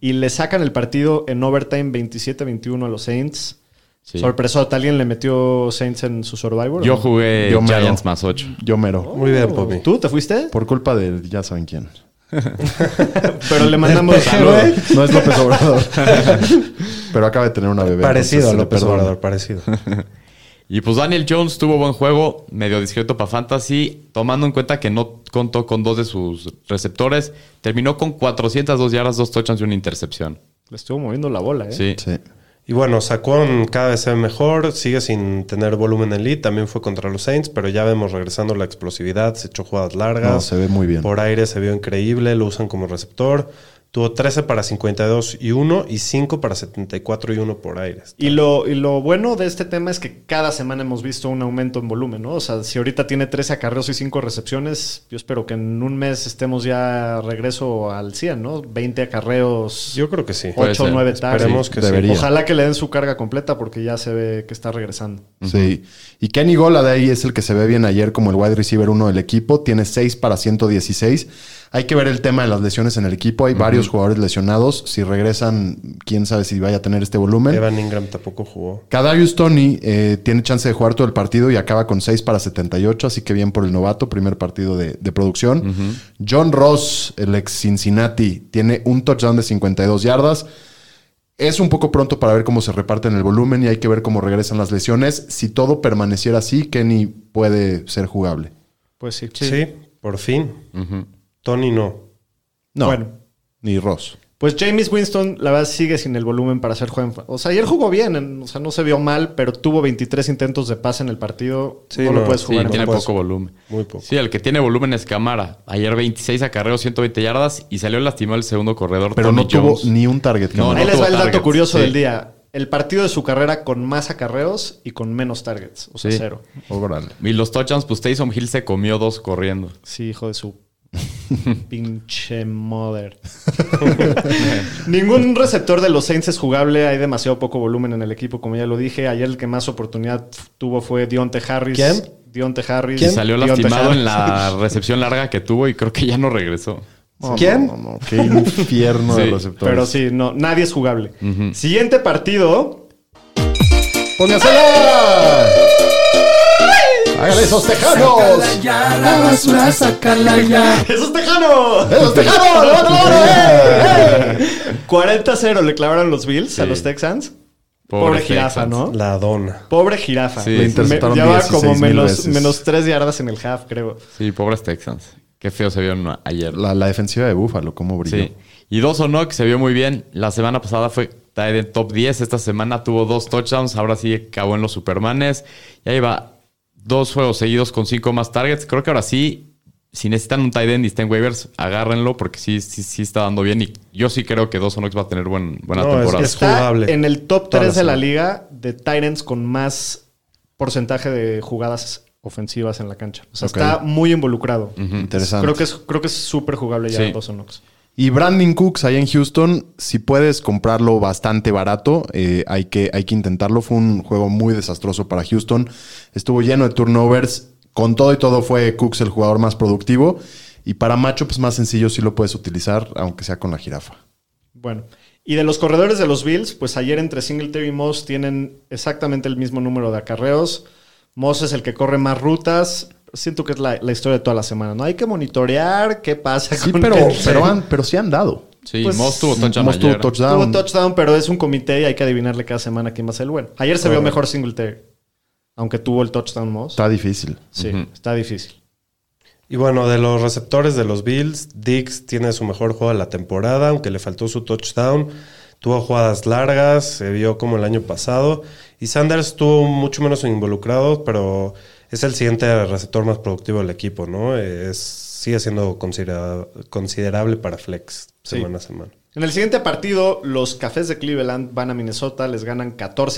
Speaker 1: Y le sacan el partido en overtime 27-21 a los Saints.
Speaker 4: Sí.
Speaker 1: Sorpresota, ¿alguien le metió Saints en su Survivor?
Speaker 4: Yo jugué
Speaker 3: Yo mero.
Speaker 4: Giants más 8.
Speaker 3: Yo mero.
Speaker 2: Muy bien, Poppy.
Speaker 1: ¿Tú te fuiste?
Speaker 3: Por culpa de ya saben quién.
Speaker 1: Pero le mandamos saludos.
Speaker 3: No es López Obrador. Pero acaba de tener una bebé.
Speaker 2: Parecido
Speaker 3: entonces
Speaker 2: a
Speaker 3: se le
Speaker 2: López
Speaker 3: perdona.
Speaker 2: Obrador, parecido.
Speaker 4: Y pues Daniel Jones tuvo buen juego, medio discreto para Fantasy, tomando en cuenta que no contó con dos de sus receptores. Terminó con 402 yardas, dos touchdowns y una intercepción.
Speaker 1: Le estuvo moviendo la bola, ¿eh?
Speaker 4: Sí.
Speaker 3: Sí.
Speaker 2: Y bueno, Sacón cada vez se ve mejor, sigue sin tener volumen en lead, también fue contra los Saints, pero ya vemos regresando la explosividad, se echó jugadas largas.
Speaker 3: No, se ve muy bien.
Speaker 2: Por aire se vio increíble, lo usan como receptor. Tuvo 13 para 52 y 1 y 5 para 74 y 1 por aires.
Speaker 1: Y lo, y lo bueno de este tema es que cada semana hemos visto un aumento en volumen, ¿no? O sea, si ahorita tiene 13 acarreos y 5 recepciones, yo espero que en un mes estemos ya regreso al 100, ¿no? 20 acarreos,
Speaker 2: Yo creo que sí.
Speaker 4: Puede
Speaker 1: 8
Speaker 4: ser.
Speaker 1: 9 targets.
Speaker 2: Esperemos que
Speaker 3: Debería.
Speaker 1: Ojalá que le den su carga completa porque ya se ve que está regresando.
Speaker 3: Sí. Y Kenny Gola de ahí es el que se ve bien ayer como el wide receiver uno del equipo. Tiene 6 para 116. Hay que ver el tema de las lesiones en el equipo. Hay varios jugadores lesionados. Si regresan, quién sabe si vaya a tener este
Speaker 2: sí.
Speaker 3: volumen.
Speaker 2: Evan Ingram tampoco jugó.
Speaker 3: Kadarius Tony eh, tiene chance de jugar todo el partido y acaba con 6 para 78, así que bien por el novato, primer partido de, de producción. John Ross, el ex Cincinnati, tiene un touchdown de 52 yardas. Es un poco pronto para ver cómo se reparten el volumen y hay que ver cómo regresan las lesiones. Si todo permaneciera así, Kenny puede ser jugable.
Speaker 1: Pues sí.
Speaker 2: Sí, por fin. Tony no.
Speaker 3: No,
Speaker 1: Bueno.
Speaker 3: ni Ross.
Speaker 1: Pues James Winston, la verdad, sigue sin el volumen para ser joven. O sea, ayer jugó bien, en- o sea, no se vio mal, pero tuvo 23 intentos de pase en el partido.
Speaker 2: Sí,
Speaker 1: no, lo
Speaker 2: no,
Speaker 1: puedes
Speaker 4: Sí,
Speaker 1: jugar. en
Speaker 4: tiene
Speaker 1: el-
Speaker 2: pues,
Speaker 4: poco volumen.
Speaker 2: muy poco.
Speaker 4: Sí, el que tiene volumen es Camara. Ayer 26 acarreos, 120 yardas y salió lastimado el segundo corredor.
Speaker 3: Pero
Speaker 4: Tony
Speaker 3: no tuvo
Speaker 4: Jones.
Speaker 3: ni un target.
Speaker 4: No,
Speaker 3: cabrón.
Speaker 1: Ahí les
Speaker 4: tuvo
Speaker 1: va el dato
Speaker 4: targets,
Speaker 1: curioso
Speaker 4: sí.
Speaker 1: del día. El partido de su carrera con más acarreos y con menos targets, o sea,
Speaker 4: Sí.
Speaker 1: cero.
Speaker 3: Órale.
Speaker 4: Y los touchdowns, pues Taysom Hill se comió dos corriendo.
Speaker 1: Sí, hijo de su pinche mother. Ningún receptor de los Saints es jugable. Hay demasiado poco volumen en el equipo, como ya lo dije. Ayer el que más oportunidad tuvo fue Dionte Harris.
Speaker 2: ¿Quién?
Speaker 1: Dionte Harris.
Speaker 4: Y salió
Speaker 1: Deontay
Speaker 4: lastimado en
Speaker 1: Harris.
Speaker 4: la recepción larga que tuvo y creo que ya no regresó.
Speaker 3: No,
Speaker 2: ¿Quién?
Speaker 3: no, no, qué infierno de
Speaker 4: Sí,
Speaker 3: receptores.
Speaker 1: Pero sí, no, nadie es jugable. Siguiente partido.
Speaker 3: ¡Póngasela! ¡Hágale esos tejanos!
Speaker 1: ¡Eso es Tejano!
Speaker 4: ¿Eh?
Speaker 3: ¡Esos tejanos! ¡Levántalo ahora! ¡Eh! ¡Eh!
Speaker 1: 40-0 le clavaron los Bills a los Texans. Pobre, jirafa,
Speaker 4: Texans.
Speaker 1: ¿no?
Speaker 2: La dona.
Speaker 1: Pobre jirafa.
Speaker 4: Sí, Le
Speaker 3: interceptaron
Speaker 1: ya va
Speaker 3: 16
Speaker 1: como
Speaker 3: mil
Speaker 1: menos,
Speaker 3: veces.
Speaker 1: menos 3 yardas en el half, creo.
Speaker 4: Sí, pobres Texans. Qué feo se vieron a- ayer.
Speaker 3: La, la defensiva de Búfalo, cómo brilló.
Speaker 4: Sí. Y dos o no, que se vio muy bien. La semana pasada fue tight end top 10. Esta semana tuvo dos touchdowns. Ahora sí acabó en los Supermanes. Ya lleva dos juegos seguidos con cinco más targets. Creo que ahora sí, si necesitan un tight end y estén waivers, agárrenlo porque sí, sí, sí está dando bien. Y yo sí creo que dos o no va a tener buen- buena
Speaker 2: No, es
Speaker 4: temporada.
Speaker 2: que es-
Speaker 1: Está
Speaker 2: jugable.
Speaker 1: en el top
Speaker 2: Toda
Speaker 1: 3
Speaker 2: la
Speaker 1: de la
Speaker 2: semana.
Speaker 1: liga de Titans con más porcentaje de jugadas ofensivas en la cancha. O sea,
Speaker 3: Ok.
Speaker 1: está muy involucrado.
Speaker 3: Interesante.
Speaker 1: Creo que es creo que es súper jugable ya
Speaker 4: Sí.
Speaker 1: dos Onox.
Speaker 3: Y Brandon Cooks ahí en Houston, si puedes comprarlo bastante barato, eh, hay, que, hay que intentarlo. Fue un juego muy desastroso para Houston. Estuvo lleno de turnovers. Con todo y todo fue Cooks el jugador más productivo. Y para matchups más sencillos sí lo puedes utilizar, aunque sea con la jirafa.
Speaker 1: Bueno. Y de los corredores de los Bills, pues ayer entre Singletary y Moss tienen exactamente el mismo número de acarreos. Moss es el que corre más rutas. Siento que es la, la historia de toda la semana, ¿no? Hay que monitorear qué pasa
Speaker 3: Sí,
Speaker 1: con
Speaker 3: pero,
Speaker 1: el-
Speaker 3: pero, han, pero sí han dado.
Speaker 4: Sí,
Speaker 1: pues,
Speaker 4: Moss tuvo touchdown
Speaker 3: Moss tuvo
Speaker 4: ayer.
Speaker 1: Tuvo
Speaker 3: touchdown.
Speaker 1: touchdown, pero es un comité y hay que adivinarle cada semana quién va a ser el bueno. Ayer se vio mejor Singletary, aunque tuvo el touchdown Moss.
Speaker 3: Está difícil.
Speaker 1: Sí, está difícil.
Speaker 2: Y bueno, de los receptores de los Bills, Dix tiene su mejor juego de la temporada, aunque le faltó su touchdown. Tuvo jugadas largas, se vio como el año pasado. Y Sanders estuvo mucho menos involucrado, pero es el siguiente receptor más productivo del equipo, ¿no? Es, sigue siendo considera- considerable para flex
Speaker 1: Sí.
Speaker 2: semana a semana.
Speaker 1: En el siguiente partido, los Cafés de Cleveland van a Minnesota, les ganan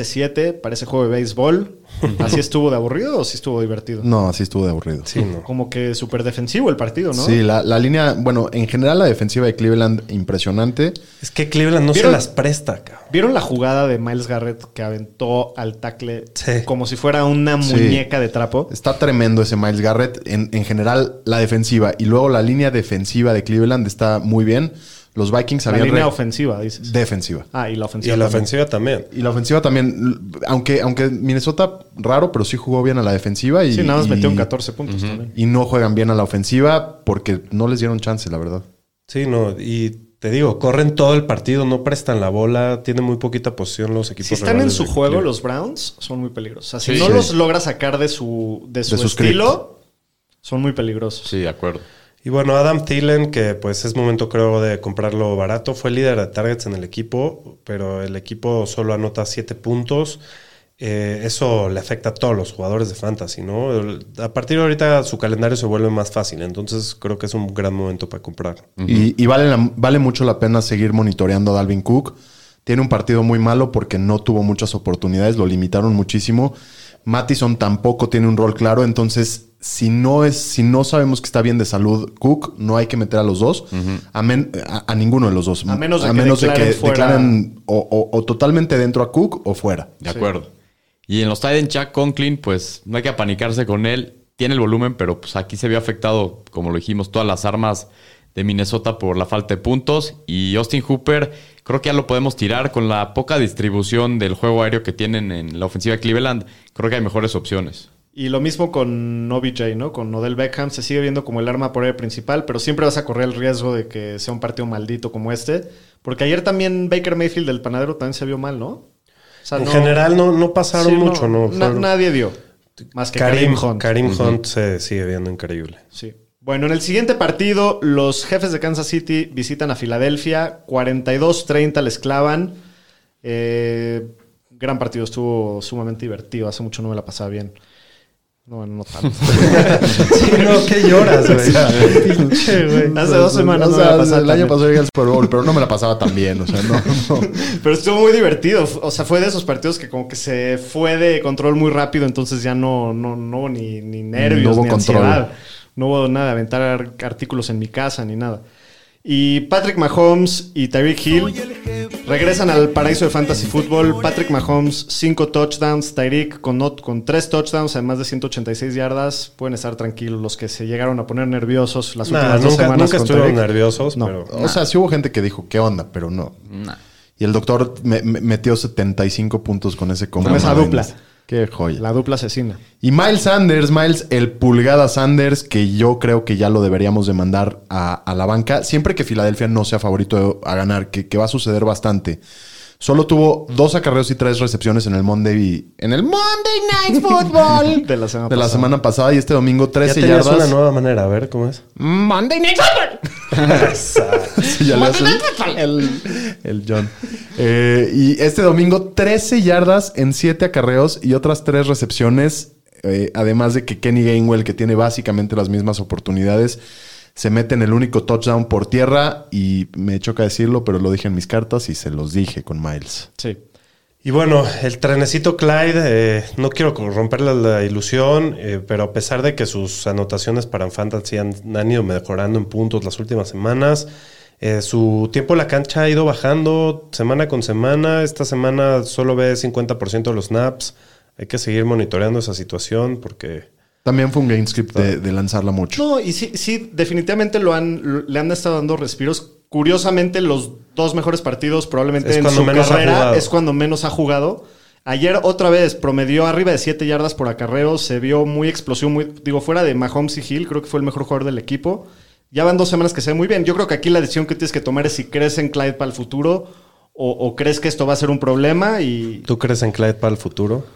Speaker 1: 14-7, parece juego de béisbol. ¿Así estuvo de aburrido o sí estuvo divertido?
Speaker 3: No, así estuvo de aburrido.
Speaker 2: Sí, no.
Speaker 1: Como que súper defensivo el partido, ¿no?
Speaker 3: Sí, la, la línea, bueno, en general la defensiva de Cleveland impresionante.
Speaker 2: Es que Cleveland no
Speaker 1: ¿Vieron?
Speaker 2: se las presta, cabrón.
Speaker 1: ¿Vieron la jugada de Miles Garrett que aventó al tackle
Speaker 2: Sí.
Speaker 1: como si fuera una
Speaker 3: Sí.
Speaker 1: muñeca de trapo?
Speaker 3: Está tremendo ese Miles Garrett. En, en general la defensiva y luego la línea defensiva de Cleveland está muy bien. Los Vikings
Speaker 1: La
Speaker 3: habían...
Speaker 1: línea
Speaker 3: re-
Speaker 1: ofensiva, dices.
Speaker 3: defensiva.
Speaker 1: ah, y la
Speaker 2: Y
Speaker 1: ofensiva.
Speaker 2: la
Speaker 1: también.
Speaker 2: ofensiva también.
Speaker 3: Y la ofensiva también, l- aunque, aunque Minnesota raro, pero sí jugó bien a la defensiva y...
Speaker 1: Sí, nada más
Speaker 3: y-
Speaker 1: metieron 14 puntos también.
Speaker 3: Y no juegan bien a la ofensiva porque no les dieron chance, la verdad.
Speaker 2: Sí, no. Y te digo, corren todo el partido, no prestan la bola, tienen muy poquita posición los equipos.
Speaker 1: Si están en
Speaker 2: rivales
Speaker 1: su
Speaker 2: de
Speaker 1: juego,
Speaker 2: Cleveland.
Speaker 1: los Browns son muy peligrosos. O sea, si
Speaker 4: Sí.
Speaker 1: no
Speaker 3: Sí.
Speaker 1: los logra sacar de su, de su,
Speaker 3: De su script.
Speaker 1: estilo, son muy peligrosos.
Speaker 4: Sí, de acuerdo.
Speaker 2: Y bueno, Adam Thielen, que pues es momento creo de comprarlo barato, fue líder de targets en el equipo, pero el equipo solo anota 7 puntos eh, eso le afecta a todos los jugadores de fantasy, ¿no? El- a partir de ahorita su calendario se vuelve más fácil, entonces creo que es un gran momento para comprar.
Speaker 3: Y, y vale, la- vale mucho la pena seguir monitoreando a Dalvin Cook. Tiene un partido muy malo porque no tuvo muchas oportunidades, lo limitaron muchísimo. Mattison tampoco tiene un rol claro, entonces si no, es, si no sabemos que está bien de salud Cook, no hay que meter a los dos, a, men- a- a ninguno de los dos.
Speaker 1: A menos de que
Speaker 3: de
Speaker 1: declaren fuera.
Speaker 3: declaren o, o- o totalmente dentro a Cook o fuera.
Speaker 4: De acuerdo. Y en los Tiden, Chuck Conklin, pues no hay que apanicarse con él. Tiene el volumen, pero pues aquí se vio afectado, como lo dijimos, todas las armas de Minnesota por la falta de puntos. Y Austin Hooper, creo que ya lo podemos tirar con la poca distribución del juego aéreo que tienen en la ofensiva de Cleveland. Creo que hay mejores opciones.
Speaker 1: Y lo mismo con OBJ, ¿no? Con Odell Beckham se sigue viendo como el arma por aire principal, pero siempre vas a correr el riesgo de que sea un partido maldito como este. Porque ayer también Baker Mayfield del panadero también se vio mal, ¿no? O sea,
Speaker 2: en
Speaker 1: no-
Speaker 2: general no, no pasaron
Speaker 1: sí,
Speaker 2: mucho, ¿no?
Speaker 1: na-
Speaker 2: Fueron-
Speaker 1: nadie dio. Más que Karim,
Speaker 2: Karim,
Speaker 1: Hunt.
Speaker 2: Karim Hunt se sigue viendo increíble.
Speaker 1: Sí. Bueno, en el siguiente partido, los jefes de Kansas City visitan a Filadelfia. 42-30 les clavan. Eh, gran partido, estuvo sumamente divertido. Hace mucho no me la pasaba bien. No, no tanto.
Speaker 2: Sí, no, qué lloras, güey.
Speaker 1: Hace dos semanas
Speaker 3: O
Speaker 1: no
Speaker 3: sea,
Speaker 1: me la pasaba
Speaker 3: el
Speaker 1: tan
Speaker 3: año
Speaker 1: bien.
Speaker 3: pasado llegué al Super Bowl, pero no me la pasaba tan bien, o sea, no, no.
Speaker 1: Pero estuvo muy divertido. O sea, fue de esos partidos que como que se fue de control muy rápido, entonces ya no, no, no hubo ni, ni nervios,
Speaker 3: No hubo
Speaker 1: ni
Speaker 3: control.
Speaker 1: ansiedad. No hubo nada de aventar ar- artículos en mi casa ni nada. Y Patrick Mahomes y Tyreek Hill regresan al paraíso de fantasy fútbol. Patrick Mahomes, 5 touchdowns. Tyreek con, not- con 3 touchdowns, además de 186 yardas. Pueden estar tranquilos los que se llegaron a poner nerviosos las últimas
Speaker 2: Nah,
Speaker 1: dos
Speaker 2: nunca,
Speaker 1: semanas.
Speaker 2: nunca
Speaker 1: con
Speaker 2: estuvieron
Speaker 1: Tyreek.
Speaker 2: nerviosos,
Speaker 3: No,
Speaker 2: pero...
Speaker 3: o sea, sí hubo gente que dijo, ¿qué onda? Pero no. Y el doctor me- me- metió 75 puntos con ese combo.
Speaker 1: Con esa
Speaker 3: Madre,
Speaker 1: dupla.
Speaker 3: Qué joya.
Speaker 1: La dupla asesina.
Speaker 3: Y Miles Sanders, Miles, el pulgada Sanders, que yo creo que ya lo deberíamos de mandar a, a la banca, siempre que Filadelfia no sea favorito a ganar, que, que va a suceder bastante. Solo tuvo dos acarreos y tres recepciones en el Monday en el Monday Night Football
Speaker 1: De la semana
Speaker 3: de la
Speaker 1: pasada.
Speaker 3: semana pasada y este domingo
Speaker 2: Ya
Speaker 3: 13
Speaker 2: tenías una
Speaker 3: yardas.
Speaker 2: nueva manera, a ver cómo es.
Speaker 5: Monday Night Football.
Speaker 3: Sí, ya le
Speaker 5: Monday
Speaker 3: haces.
Speaker 5: Night Football.
Speaker 3: El John. Eh, y este domingo, 13 yardas en 7 acarreos y otras 3 recepciones. Eh, además de que Kenny Gainwell, que tiene básicamente las mismas oportunidades, se mete en el único touchdown por tierra. Y me choca decirlo, pero lo dije en mis cartas y se los dije con Miles.
Speaker 1: Sí.
Speaker 2: Y bueno, el trenecito Clyde, eh, no quiero como romperle la ilusión, eh, pero a pesar de que sus anotaciones para Fantasy han, han ido mejorando en puntos las últimas semanas, eh, su tiempo en la cancha ha ido bajando semana con semana. Esta semana solo ve 50% de los snaps. Hay que seguir monitoreando esa situación porque...
Speaker 3: También fue un game script de, de lanzarla mucho.
Speaker 1: No, y sí, sí, definitivamente lo han, lo- le han estado dando respiros. Curiosamente, los dos mejores partidos probablemente
Speaker 2: Es
Speaker 1: en
Speaker 2: cuando
Speaker 1: su
Speaker 2: menos ha
Speaker 1: carrera
Speaker 2: jugado.
Speaker 1: es cuando menos ha jugado. Ayer otra vez promedió arriba de 7 yardas por acarreo, se vio muy explosión, muy, digo, fuera de Mahomes y Hill, creo que fue el mejor jugador del equipo. Ya van dos semanas que se ve muy bien. Yo creo que aquí la decisión que tienes que tomar es si crees en Clyde para el futuro o, o crees que esto va a ser un problema y
Speaker 2: ¿Tú crees en Clyde para el futuro?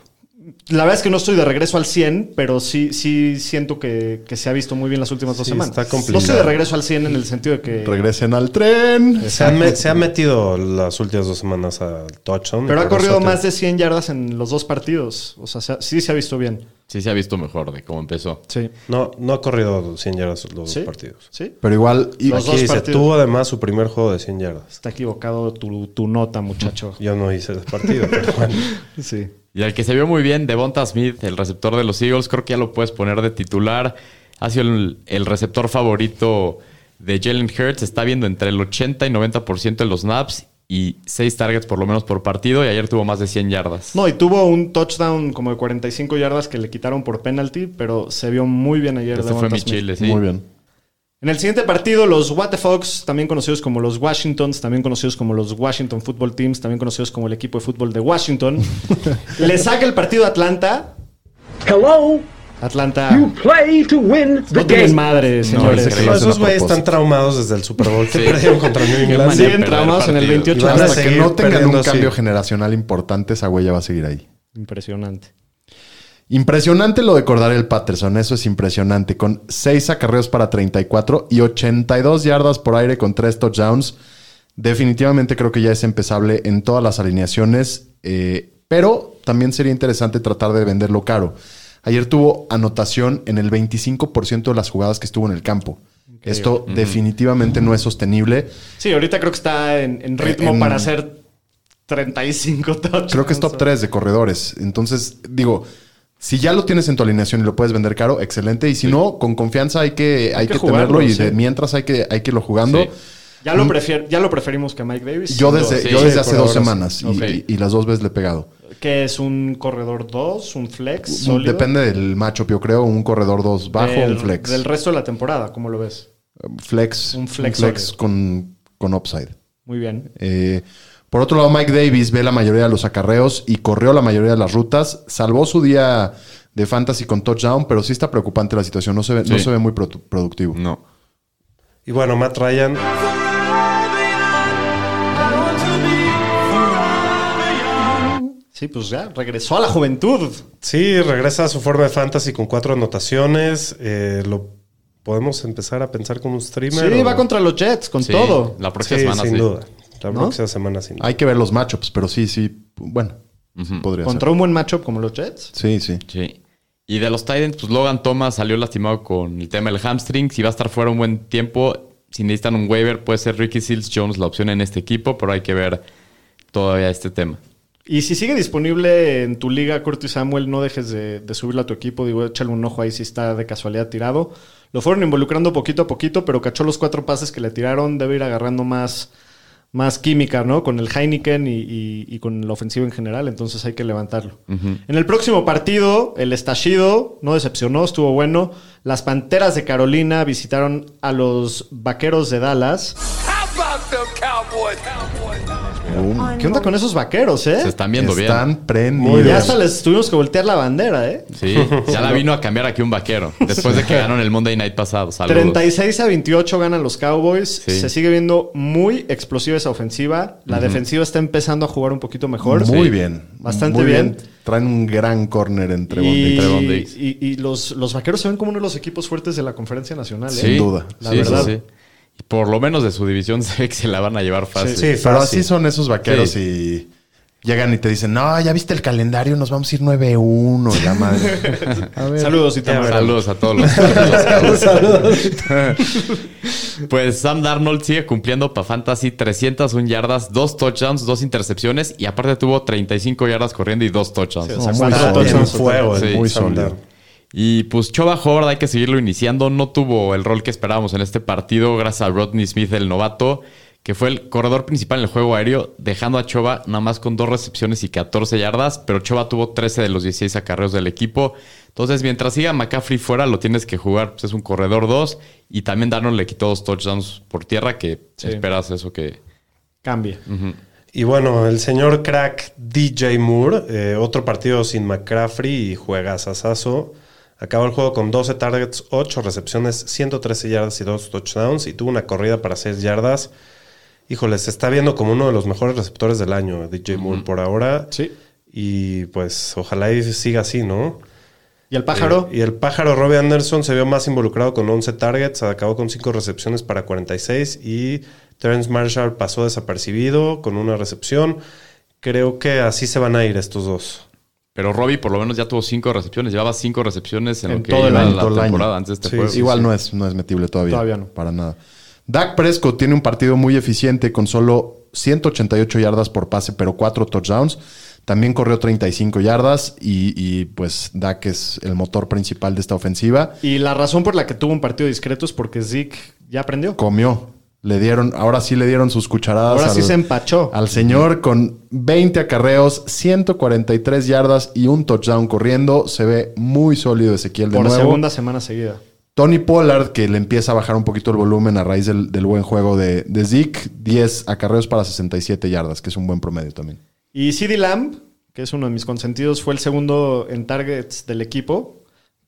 Speaker 1: la verdad es que no estoy de regreso al 100, pero sí, sí siento que, que se ha visto muy bien las últimas dos
Speaker 2: Sí,
Speaker 1: semanas.
Speaker 2: está complicado.
Speaker 1: No estoy de regreso al 100 en el sentido de que...
Speaker 3: Regresen al tren.
Speaker 2: Se ha, me- se ha metido las últimas dos semanas al touchdown. y
Speaker 1: Pero ha
Speaker 2: por eso
Speaker 1: corrido
Speaker 2: te-
Speaker 1: más de 100 yardas en los dos partidos. O sea, se ha- sí se ha visto bien.
Speaker 4: Sí se ha visto mejor de cómo empezó.
Speaker 1: Sí.
Speaker 2: No, no ha corrido 100 yardas los dos
Speaker 1: ¿Sí?
Speaker 2: partidos.
Speaker 1: Sí.
Speaker 3: Pero igual, y-
Speaker 1: Los
Speaker 2: Aquí
Speaker 1: dos
Speaker 2: dice,
Speaker 1: partidos.
Speaker 2: tuvo además su primer juego de 100 yardas.
Speaker 1: Está equivocado tu, tu nota, muchacho.
Speaker 2: Yo no hice el partido, pero bueno.
Speaker 1: sí.
Speaker 4: Y el que se vio muy bien, Devonta Smith, el receptor de los Eagles, creo que ya lo puedes poner de titular. Ha sido el, el receptor favorito de Jalen Hurts. Está viendo entre el 80 y 90% de los snaps y 6 targets por lo menos por partido. Y ayer tuvo más de 100 yardas.
Speaker 1: No, y tuvo un touchdown como de 45 yardas que le quitaron por penalty, pero se vio muy bien ayer.
Speaker 4: este
Speaker 1: Devonta
Speaker 4: fue mi
Speaker 1: Smith.
Speaker 4: chile, sí.
Speaker 3: muy bien.
Speaker 1: En el siguiente partido, los What the Fox, también conocidos como los Washingtons, también conocidos como los Washington Football Teams, también conocidos como el equipo de fútbol de Washington, le saca el partido a Atlanta.
Speaker 9: Hello,
Speaker 1: Atlanta.
Speaker 9: you play to win the
Speaker 1: No tienen
Speaker 9: game.
Speaker 1: madre, señores.
Speaker 3: es que
Speaker 2: No,
Speaker 3: lo hacen a
Speaker 2: esos güeyes
Speaker 3: propósito.
Speaker 2: están traumados desde el Super Bowl que perdieron contra New England.
Speaker 4: manía
Speaker 1: Siguen
Speaker 4: perder
Speaker 1: traumados en el
Speaker 4: partidos.
Speaker 1: 28
Speaker 2: Y van a
Speaker 1: hasta
Speaker 3: Hasta que
Speaker 2: seguir
Speaker 3: no tengan un
Speaker 2: perdiendo, sí.
Speaker 3: cambio generacional importante, esa huella va a seguir ahí.
Speaker 1: Impresionante.
Speaker 3: Impresionante lo de Cordar el Patterson, eso es impresionante, con 6 acarreos para 34 y 82 yardas por aire con 3 touchdowns. Definitivamente creo que ya es empezable en todas las alineaciones. Eh, pero también sería interesante tratar de venderlo caro. Ayer tuvo anotación en el 25% de las jugadas que estuvo en el campo. Esto definitivamente no es sostenible.
Speaker 1: Sí, ahorita creo que está en, en ritmo
Speaker 3: En-
Speaker 1: para hacer 35 touchdowns.
Speaker 3: Creo que es top 3 de corredores. Entonces, digo, si ya lo tienes en tu alineación y lo puedes vender caro, excelente. Y si no, con confianza hay que, hay
Speaker 1: que
Speaker 3: que,
Speaker 1: jugarlo,
Speaker 3: tenerlo y
Speaker 1: sí.
Speaker 3: de mientras hay que, hay que irlo jugando.
Speaker 4: Sí.
Speaker 1: Ya lo, prefier- ya lo preferimos que a Mike Davis.
Speaker 3: Yo
Speaker 1: sin
Speaker 3: desde,
Speaker 4: Sí,
Speaker 3: yo desde
Speaker 4: sí,
Speaker 3: hace
Speaker 2: por
Speaker 3: dos
Speaker 2: ahora sí.
Speaker 3: semanas y-
Speaker 4: Ok.
Speaker 3: y, y las dos veces le he pegado.
Speaker 1: duda. Que es un corredor 2, un
Speaker 3: Mm,
Speaker 1: flex. Sólido,
Speaker 3: Depende del macho, yo creo, un corredor 2 bajo,
Speaker 1: del-
Speaker 3: un flex.
Speaker 1: Del resto de la temporada, ¿cómo lo ves?
Speaker 3: flex.
Speaker 1: un
Speaker 3: Un
Speaker 1: flex
Speaker 3: flex,
Speaker 1: sólido.
Speaker 3: con, con upside.
Speaker 1: Muy bien.
Speaker 3: Eh, por otro lado, Mike Davis ve la mayoría de los acarreos y corrió la mayoría de las rutas. Salvó su día de fantasy con touchdown, pero sí está preocupante la situación. No se ve, no
Speaker 4: Sí. Mm.
Speaker 3: se ve muy produ- productivo.
Speaker 4: No.
Speaker 2: Y bueno, Matt Ryan.
Speaker 1: Sí, pues ya, regresó a la juventud.
Speaker 2: Sí, regresa a su forma de fantasy con cuatro anotaciones. Eh, lo podemos empezar a pensar como un streamer.
Speaker 1: Sí,
Speaker 2: o-
Speaker 1: va contra los Jets, con
Speaker 4: Sí,
Speaker 1: todo.
Speaker 4: La
Speaker 2: Sí,
Speaker 4: próxima semana,
Speaker 2: sin
Speaker 4: sí.
Speaker 2: duda. La
Speaker 1: ¿No?
Speaker 2: próxima semana sin duda.
Speaker 3: Hay que ver los matchups, pero sí, sí. Bueno, podría ser.
Speaker 1: Contra un buen matchup como los Jets.
Speaker 3: Sí, sí.
Speaker 4: Sí. Y de los Titans, pues Logan Thomas salió lastimado con el tema del hamstring. Si va a estar fuera un buen tiempo, si necesitan un waiver, puede ser Ricky Seals Jones la opción en este equipo, pero hay que ver todavía este tema.
Speaker 1: Y si sigue disponible en tu liga, Curtis Samuel, no dejes de, de subirlo a tu equipo. Digo, échale un ojo ahí si está de casualidad tirado. Lo fueron involucrando poquito a poquito, pero cachó los cuatro pases que le tiraron. Debe ir agarrando más, más química, ¿no? Con el Heineken y, y- y con la ofensiva en general. Entonces hay que levantarlo. En el próximo partido, el estallido no decepcionó, estuvo bueno. Las Panteras de Carolina visitaron a los Vaqueros de Dallas. ¿Qué onda con esos vaqueros, eh?
Speaker 4: Se están viendo bien.
Speaker 3: Están
Speaker 2: Muy
Speaker 3: prendidos.
Speaker 1: Ya hasta les tuvimos que voltear la bandera, ¿eh?
Speaker 4: Sí, ya la vino a cambiar aquí un vaquero. Después de que ganaron el Monday Night pasado. Saludos.
Speaker 1: 36 a 28 ganan los Cowboys.
Speaker 4: Sí.
Speaker 1: Se sigue viendo muy explosiva esa ofensiva. La defensiva está empezando a jugar un poquito mejor.
Speaker 3: Muy
Speaker 4: Sí.
Speaker 3: bien.
Speaker 1: Bastante
Speaker 3: Muy
Speaker 1: bien.
Speaker 3: Traen un gran corner entre
Speaker 1: Y,
Speaker 3: Bondi.
Speaker 4: Trevon Diggs.
Speaker 1: y- y los, los vaqueros se ven como uno de los equipos fuertes de la conferencia nacional. ¿eh?
Speaker 4: Sí,
Speaker 3: sin duda.
Speaker 1: La
Speaker 4: sí, sí,
Speaker 1: verdad.
Speaker 4: sí. Y Por lo menos de su división sé que se la van a llevar fácil.
Speaker 2: Sí,
Speaker 3: Pero
Speaker 2: fácil.
Speaker 3: así son esos vaqueros y llegan y te dicen, no, ya viste el calendario, nos vamos a ir 9-1, la madre. A ver.
Speaker 1: Saludos, Itamar.
Speaker 4: Saludos a todos los. Saludos. pues Sam Darnold sigue cumpliendo para Fantasy 301 yardas, dos touchdowns, dos intercepciones y aparte tuvo 35 yardas corriendo y dos touchdowns.
Speaker 3: No,
Speaker 2: Está
Speaker 3: muy
Speaker 1: Ah,
Speaker 3: sólido.
Speaker 2: Ah, en fuego.
Speaker 4: Sí.
Speaker 2: el
Speaker 4: Muy
Speaker 2: Sundown.
Speaker 3: sólido.
Speaker 4: Y pues Choba Howard hay que seguirlo iniciando. No tuvo el rol que esperábamos en este partido gracias a Rodney Smith, el novato, que fue el corredor principal en el juego aéreo, dejando a Choba nada más con dos recepciones y 14 yardas, pero Choba tuvo 13 de los 16 acarreos del equipo. Entonces, mientras siga McCaffrey fuera, lo tienes que jugar. Pues es un corredor 2 y también Darnold le quitó dos touchdowns por tierra, que esperas eso que...
Speaker 1: Cambie.
Speaker 2: Y bueno, el señor crack DJ Moore, eh, otro partido sin McCaffrey y juega sasazo. Acabó el juego con 12 targets, 8 recepciones, 113 yardas y 2 touchdowns y tuvo una corrida para 6 yardas. Híjole, se está viendo como uno de los mejores receptores del año, DJ Moore por ahora.
Speaker 1: Sí.
Speaker 2: Y pues ojalá y siga así, ¿no?
Speaker 1: ¿Y el pájaro?
Speaker 2: Eh, y el pájaro Robbie Anderson se vio más involucrado con 11 targets, acabó con 5 recepciones para 46 y Terence Marshall pasó desapercibido con una recepción. Creo que así se van a ir estos dos.
Speaker 4: Pero Robbie por lo menos ya tuvo cinco recepciones, llevaba cinco recepciones en,
Speaker 1: En
Speaker 4: lo que
Speaker 1: todo el
Speaker 4: iba
Speaker 3: año,
Speaker 4: la
Speaker 3: todo el año.
Speaker 4: temporada antes de este
Speaker 2: Sí,
Speaker 4: juego.
Speaker 3: Igual No, es, no es metible todavía.
Speaker 1: Todavía no.
Speaker 3: Para nada. Dak Prescott tiene un partido muy eficiente con solo 188 yardas por pase, pero 4 touchdowns. También corrió 35 yardas y, y, pues Dak es el motor principal de esta ofensiva.
Speaker 1: Y la razón por la que tuvo un partido discreto es porque Zeke ya aprendió.
Speaker 3: Comió. Le dieron, ahora sí le dieron sus cucharadas.
Speaker 1: Ahora sí
Speaker 3: al-
Speaker 1: se empachó.
Speaker 3: Al señor con 20 acarreos, 143 yardas y un touchdown corriendo. Se ve muy sólido Ezequiel de
Speaker 1: por
Speaker 3: nuevo.
Speaker 1: segunda semana seguida.
Speaker 3: Tony Pollard, que le empieza a bajar un poquito el volumen a raíz del, del buen juego de, de Zeke, 10 acarreos para 67 yardas, que es un buen promedio también.
Speaker 1: Y CD Lamb, que es uno de mis consentidos, fue el segundo en targets del equipo,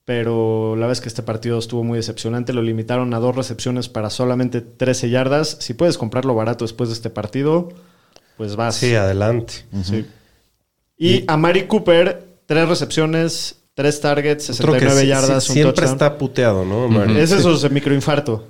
Speaker 1: pero la vez que este partido estuvo muy decepcionante, lo limitaron a dos recepciones para solamente 13 yardas. Si puedes comprarlo barato después de este partido, pues vas.
Speaker 2: Sí, adelante.
Speaker 1: Sí. Y a Mari Cooper, tres recepciones, tres targets,
Speaker 2: Creo que
Speaker 1: 69
Speaker 2: sí-
Speaker 1: yardas,
Speaker 2: sí-
Speaker 1: un
Speaker 2: siempre
Speaker 1: touchdown.
Speaker 2: está puteado, ¿no? Mario?
Speaker 1: Es eso, es el microinfarto.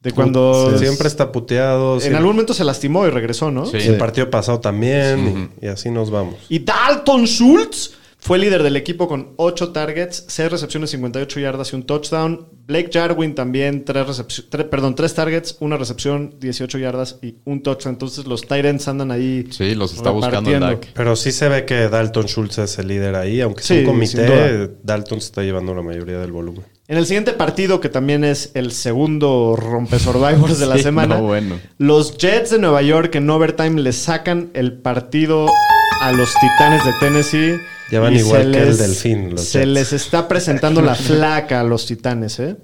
Speaker 1: De cuando.
Speaker 2: Siempre está puteado.
Speaker 1: En
Speaker 2: siempre-
Speaker 1: algún momento se lastimó y regresó, ¿no?
Speaker 4: Sí.
Speaker 2: El partido pasado también. y- Y, así nos vamos.
Speaker 1: Y Dalton Schultz fue líder del equipo con 8 targets, 6 recepciones, 58 yardas y un touchdown. Blake Jarwin también, 3 perdón, tres targets, una recepción, 18 yardas y un touchdown. Entonces los Titans andan ahí.
Speaker 4: Sí, los está buscando el
Speaker 1: repartiendo.
Speaker 4: DAC.
Speaker 2: Pero sí se ve que Dalton Schultz es el líder ahí. Aunque sea
Speaker 1: Sí,
Speaker 2: un
Speaker 1: sin duda.
Speaker 2: comité, Dalton se está llevando la mayoría del volumen.
Speaker 1: En el siguiente partido, que también es el segundo rompe Survivors de la
Speaker 4: Sí,
Speaker 1: semana,
Speaker 4: no, bueno.
Speaker 1: los Jets de Nueva York en overtime le sacan el partido a los Titanes de Tennessee.
Speaker 2: Ya van
Speaker 1: y
Speaker 2: igual
Speaker 1: se
Speaker 2: que el Delfín, los
Speaker 1: se
Speaker 2: Jets.
Speaker 1: les está presentando la flaca a los Titanes, ¿eh?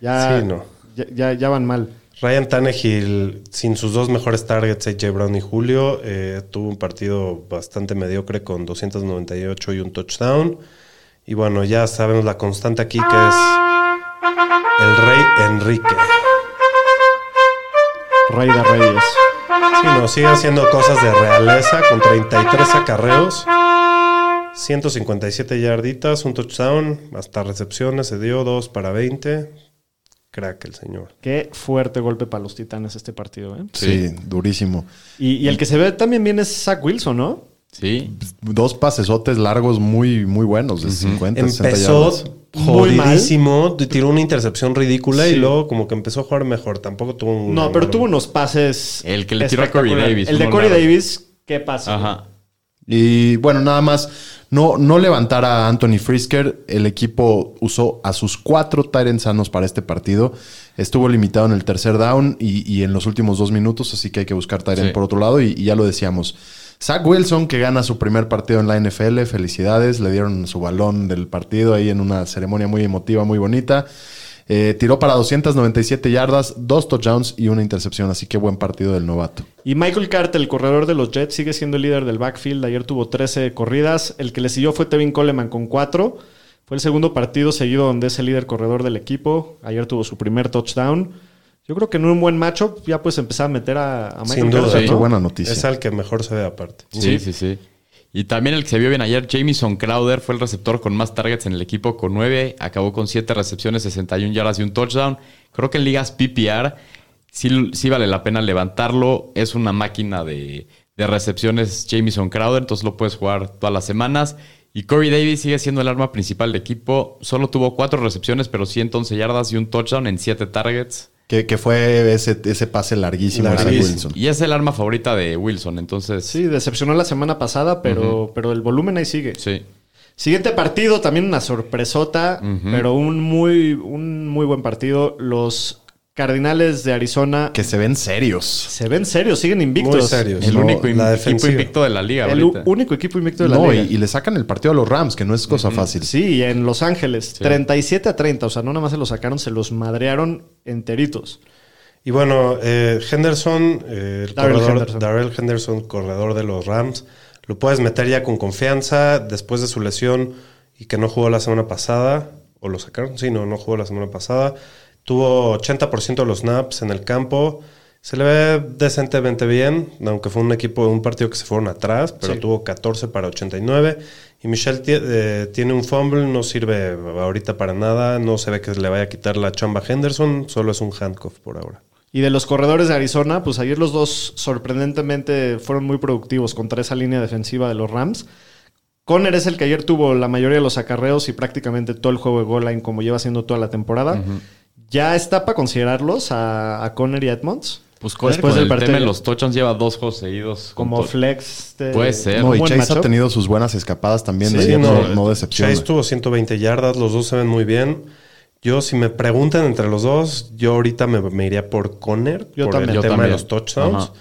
Speaker 1: Ya,
Speaker 2: Sí, no.
Speaker 1: ya, ya- ya van mal.
Speaker 2: Ryan Tannehill, sin sus dos mejores targets, AJ Brown y Julio, eh, tuvo un partido bastante mediocre con 298 y un touchdown. Y bueno, ya sabemos la constante aquí que es el rey Enrique.
Speaker 1: Rey de Reyes.
Speaker 2: Sí, no, sigue haciendo cosas de realeza con 33 acarreos, 157 yarditas, un touchdown, hasta recepciones, se dio 2 para 20. Crack el señor.
Speaker 1: Qué fuerte golpe para los Titanes este partido, ¿eh?
Speaker 3: Sí, durísimo.
Speaker 1: Y, y el que se ve también bien es Zach Wilson, ¿no?
Speaker 4: Sí.
Speaker 3: Dos pasesotes largos muy, muy buenos, de 50, 60 yardas.
Speaker 2: Empezó
Speaker 1: Muy mal.
Speaker 2: jodidísimo, tiró una intercepción ridícula y
Speaker 1: Sí.
Speaker 2: luego como que empezó a jugar mejor. Tampoco tuvo un...
Speaker 1: No, pero tuvo unos pases.
Speaker 4: El que le tiró a Corey
Speaker 1: espectaculares.
Speaker 4: Davis,
Speaker 1: El de
Speaker 4: uno
Speaker 1: Corey
Speaker 4: largo.
Speaker 1: Davis, ¿qué pasa?
Speaker 4: Ajá.
Speaker 3: Y bueno, nada más, no, no levantar a Anthony Frisker. El equipo usó a sus cuatro Tyrants sanos para este partido. Estuvo limitado en el tercer down y, y en los últimos dos minutos, así que hay que buscar Tyrant
Speaker 4: Sí.
Speaker 3: por otro lado. Y, y ya lo decíamos. Zach Wilson, que gana su primer partido en la NFL, felicidades. Le dieron su balón del partido ahí en una ceremonia muy emotiva, muy bonita. Eh, tiró para 297 yardas, dos touchdowns y una intercepción. Así que buen partido del novato.
Speaker 1: Y Michael Carter, el corredor de los Jets, sigue siendo el líder del backfield. Ayer tuvo 13 corridas. El que le siguió fue Tevin Coleman con 4. Fue el segundo partido seguido donde es el líder corredor del equipo. Ayer tuvo su primer touchdown. Yo creo que en un buen matchup ya pues empezar a meter a, a Michael
Speaker 2: Sin duda.
Speaker 1: Carter,
Speaker 4: Sí.
Speaker 3: Qué
Speaker 1: ¿no?
Speaker 3: buena noticia.
Speaker 2: Es al que mejor se ve aparte.
Speaker 4: Sí, sí, sí. Y también el que se vio bien ayer, Jamison Crowder, fue el receptor con más targets en el equipo, con 9. Acabó con 7 recepciones, 61 yardas y un touchdown. Creo que en ligas PPR sí, sí vale la pena levantarlo. Es una máquina de, de recepciones Jamison Crowder, entonces lo puedes jugar todas las semanas. Y Corey Davis sigue siendo el arma principal del equipo. Solo tuvo 4 recepciones, pero 111 yardas y un touchdown en 7 targets.
Speaker 3: Que, que fue ese, ese pase larguísimo de Zach
Speaker 2: Larguísimo.
Speaker 3: Wilson.
Speaker 4: Y es el arma favorita de Wilson, entonces...
Speaker 1: Sí, decepcionó la semana pasada, pero, pero el volumen ahí sigue.
Speaker 4: Sí.
Speaker 1: Siguiente partido, también una sorpresota, pero un muy, un muy buen partido. Los Cardinales de Arizona
Speaker 3: Que se ven serios.
Speaker 1: se ven serios, siguen invictos.
Speaker 2: Muy serios.
Speaker 4: El
Speaker 2: No,
Speaker 4: único in-
Speaker 2: la
Speaker 4: equipo
Speaker 2: defensiva.
Speaker 4: invicto de la liga
Speaker 1: El u-
Speaker 4: ahorita.
Speaker 1: único equipo invicto de la
Speaker 3: No, y,
Speaker 1: liga.
Speaker 3: y le sacan el partido a los Rams, que no es cosa fácil.
Speaker 1: Sí, y en Los Ángeles. 37 a 30. O sea, no nada más se los sacaron, se los madrearon enteritos.
Speaker 2: Y bueno, eh, Henderson, eh, el
Speaker 1: Darrell
Speaker 2: corredor-
Speaker 1: Henderson.
Speaker 2: Darrell Henderson, corredor de los Rams, lo puedes meter ya con confianza después de su lesión y que no jugó la semana pasada, o lo sacaron, sí, no, no jugó la semana pasada. Tuvo 80% de los snaps en el campo. Se le ve decentemente bien, aunque fue un equipo, un partido que se fueron atrás, pero tuvo 14 para 89. Y Michelle tie- eh, tiene un fumble, no sirve ahorita para nada, no se ve que le vaya a quitar la chamba a Henderson, solo es un handcuff por ahora.
Speaker 1: Y de los corredores de Arizona, pues ayer los dos sorprendentemente fueron muy productivos contra esa línea defensiva de los Rams. Conner es el que ayer tuvo la mayoría de los acarreos y prácticamente todo el juego de goal line, como lleva haciendo toda la temporada. Ya está para considerarlos a, a Conner y Edmonds.
Speaker 4: Pues Conner
Speaker 1: Después
Speaker 4: con
Speaker 1: del
Speaker 4: el
Speaker 1: partido.
Speaker 4: tema de los touchdowns lleva dos juegos seguidos. con
Speaker 1: Como
Speaker 4: to-
Speaker 1: flex. de-
Speaker 4: Puede ser.
Speaker 3: No, y
Speaker 1: buen
Speaker 3: Chase ha
Speaker 1: matchup.
Speaker 3: tenido sus buenas escapadas también.
Speaker 2: Sí,
Speaker 3: de no,
Speaker 2: no,
Speaker 3: no decepciona.
Speaker 2: Chase tuvo 120 yardas, los dos se ven muy bien. Yo, si me preguntan entre los dos, yo ahorita me, me iría por Conner
Speaker 1: Yo
Speaker 2: por
Speaker 1: también.
Speaker 2: el
Speaker 4: Yo
Speaker 2: tema de
Speaker 4: también.
Speaker 2: los touchdowns.
Speaker 4: Ajá.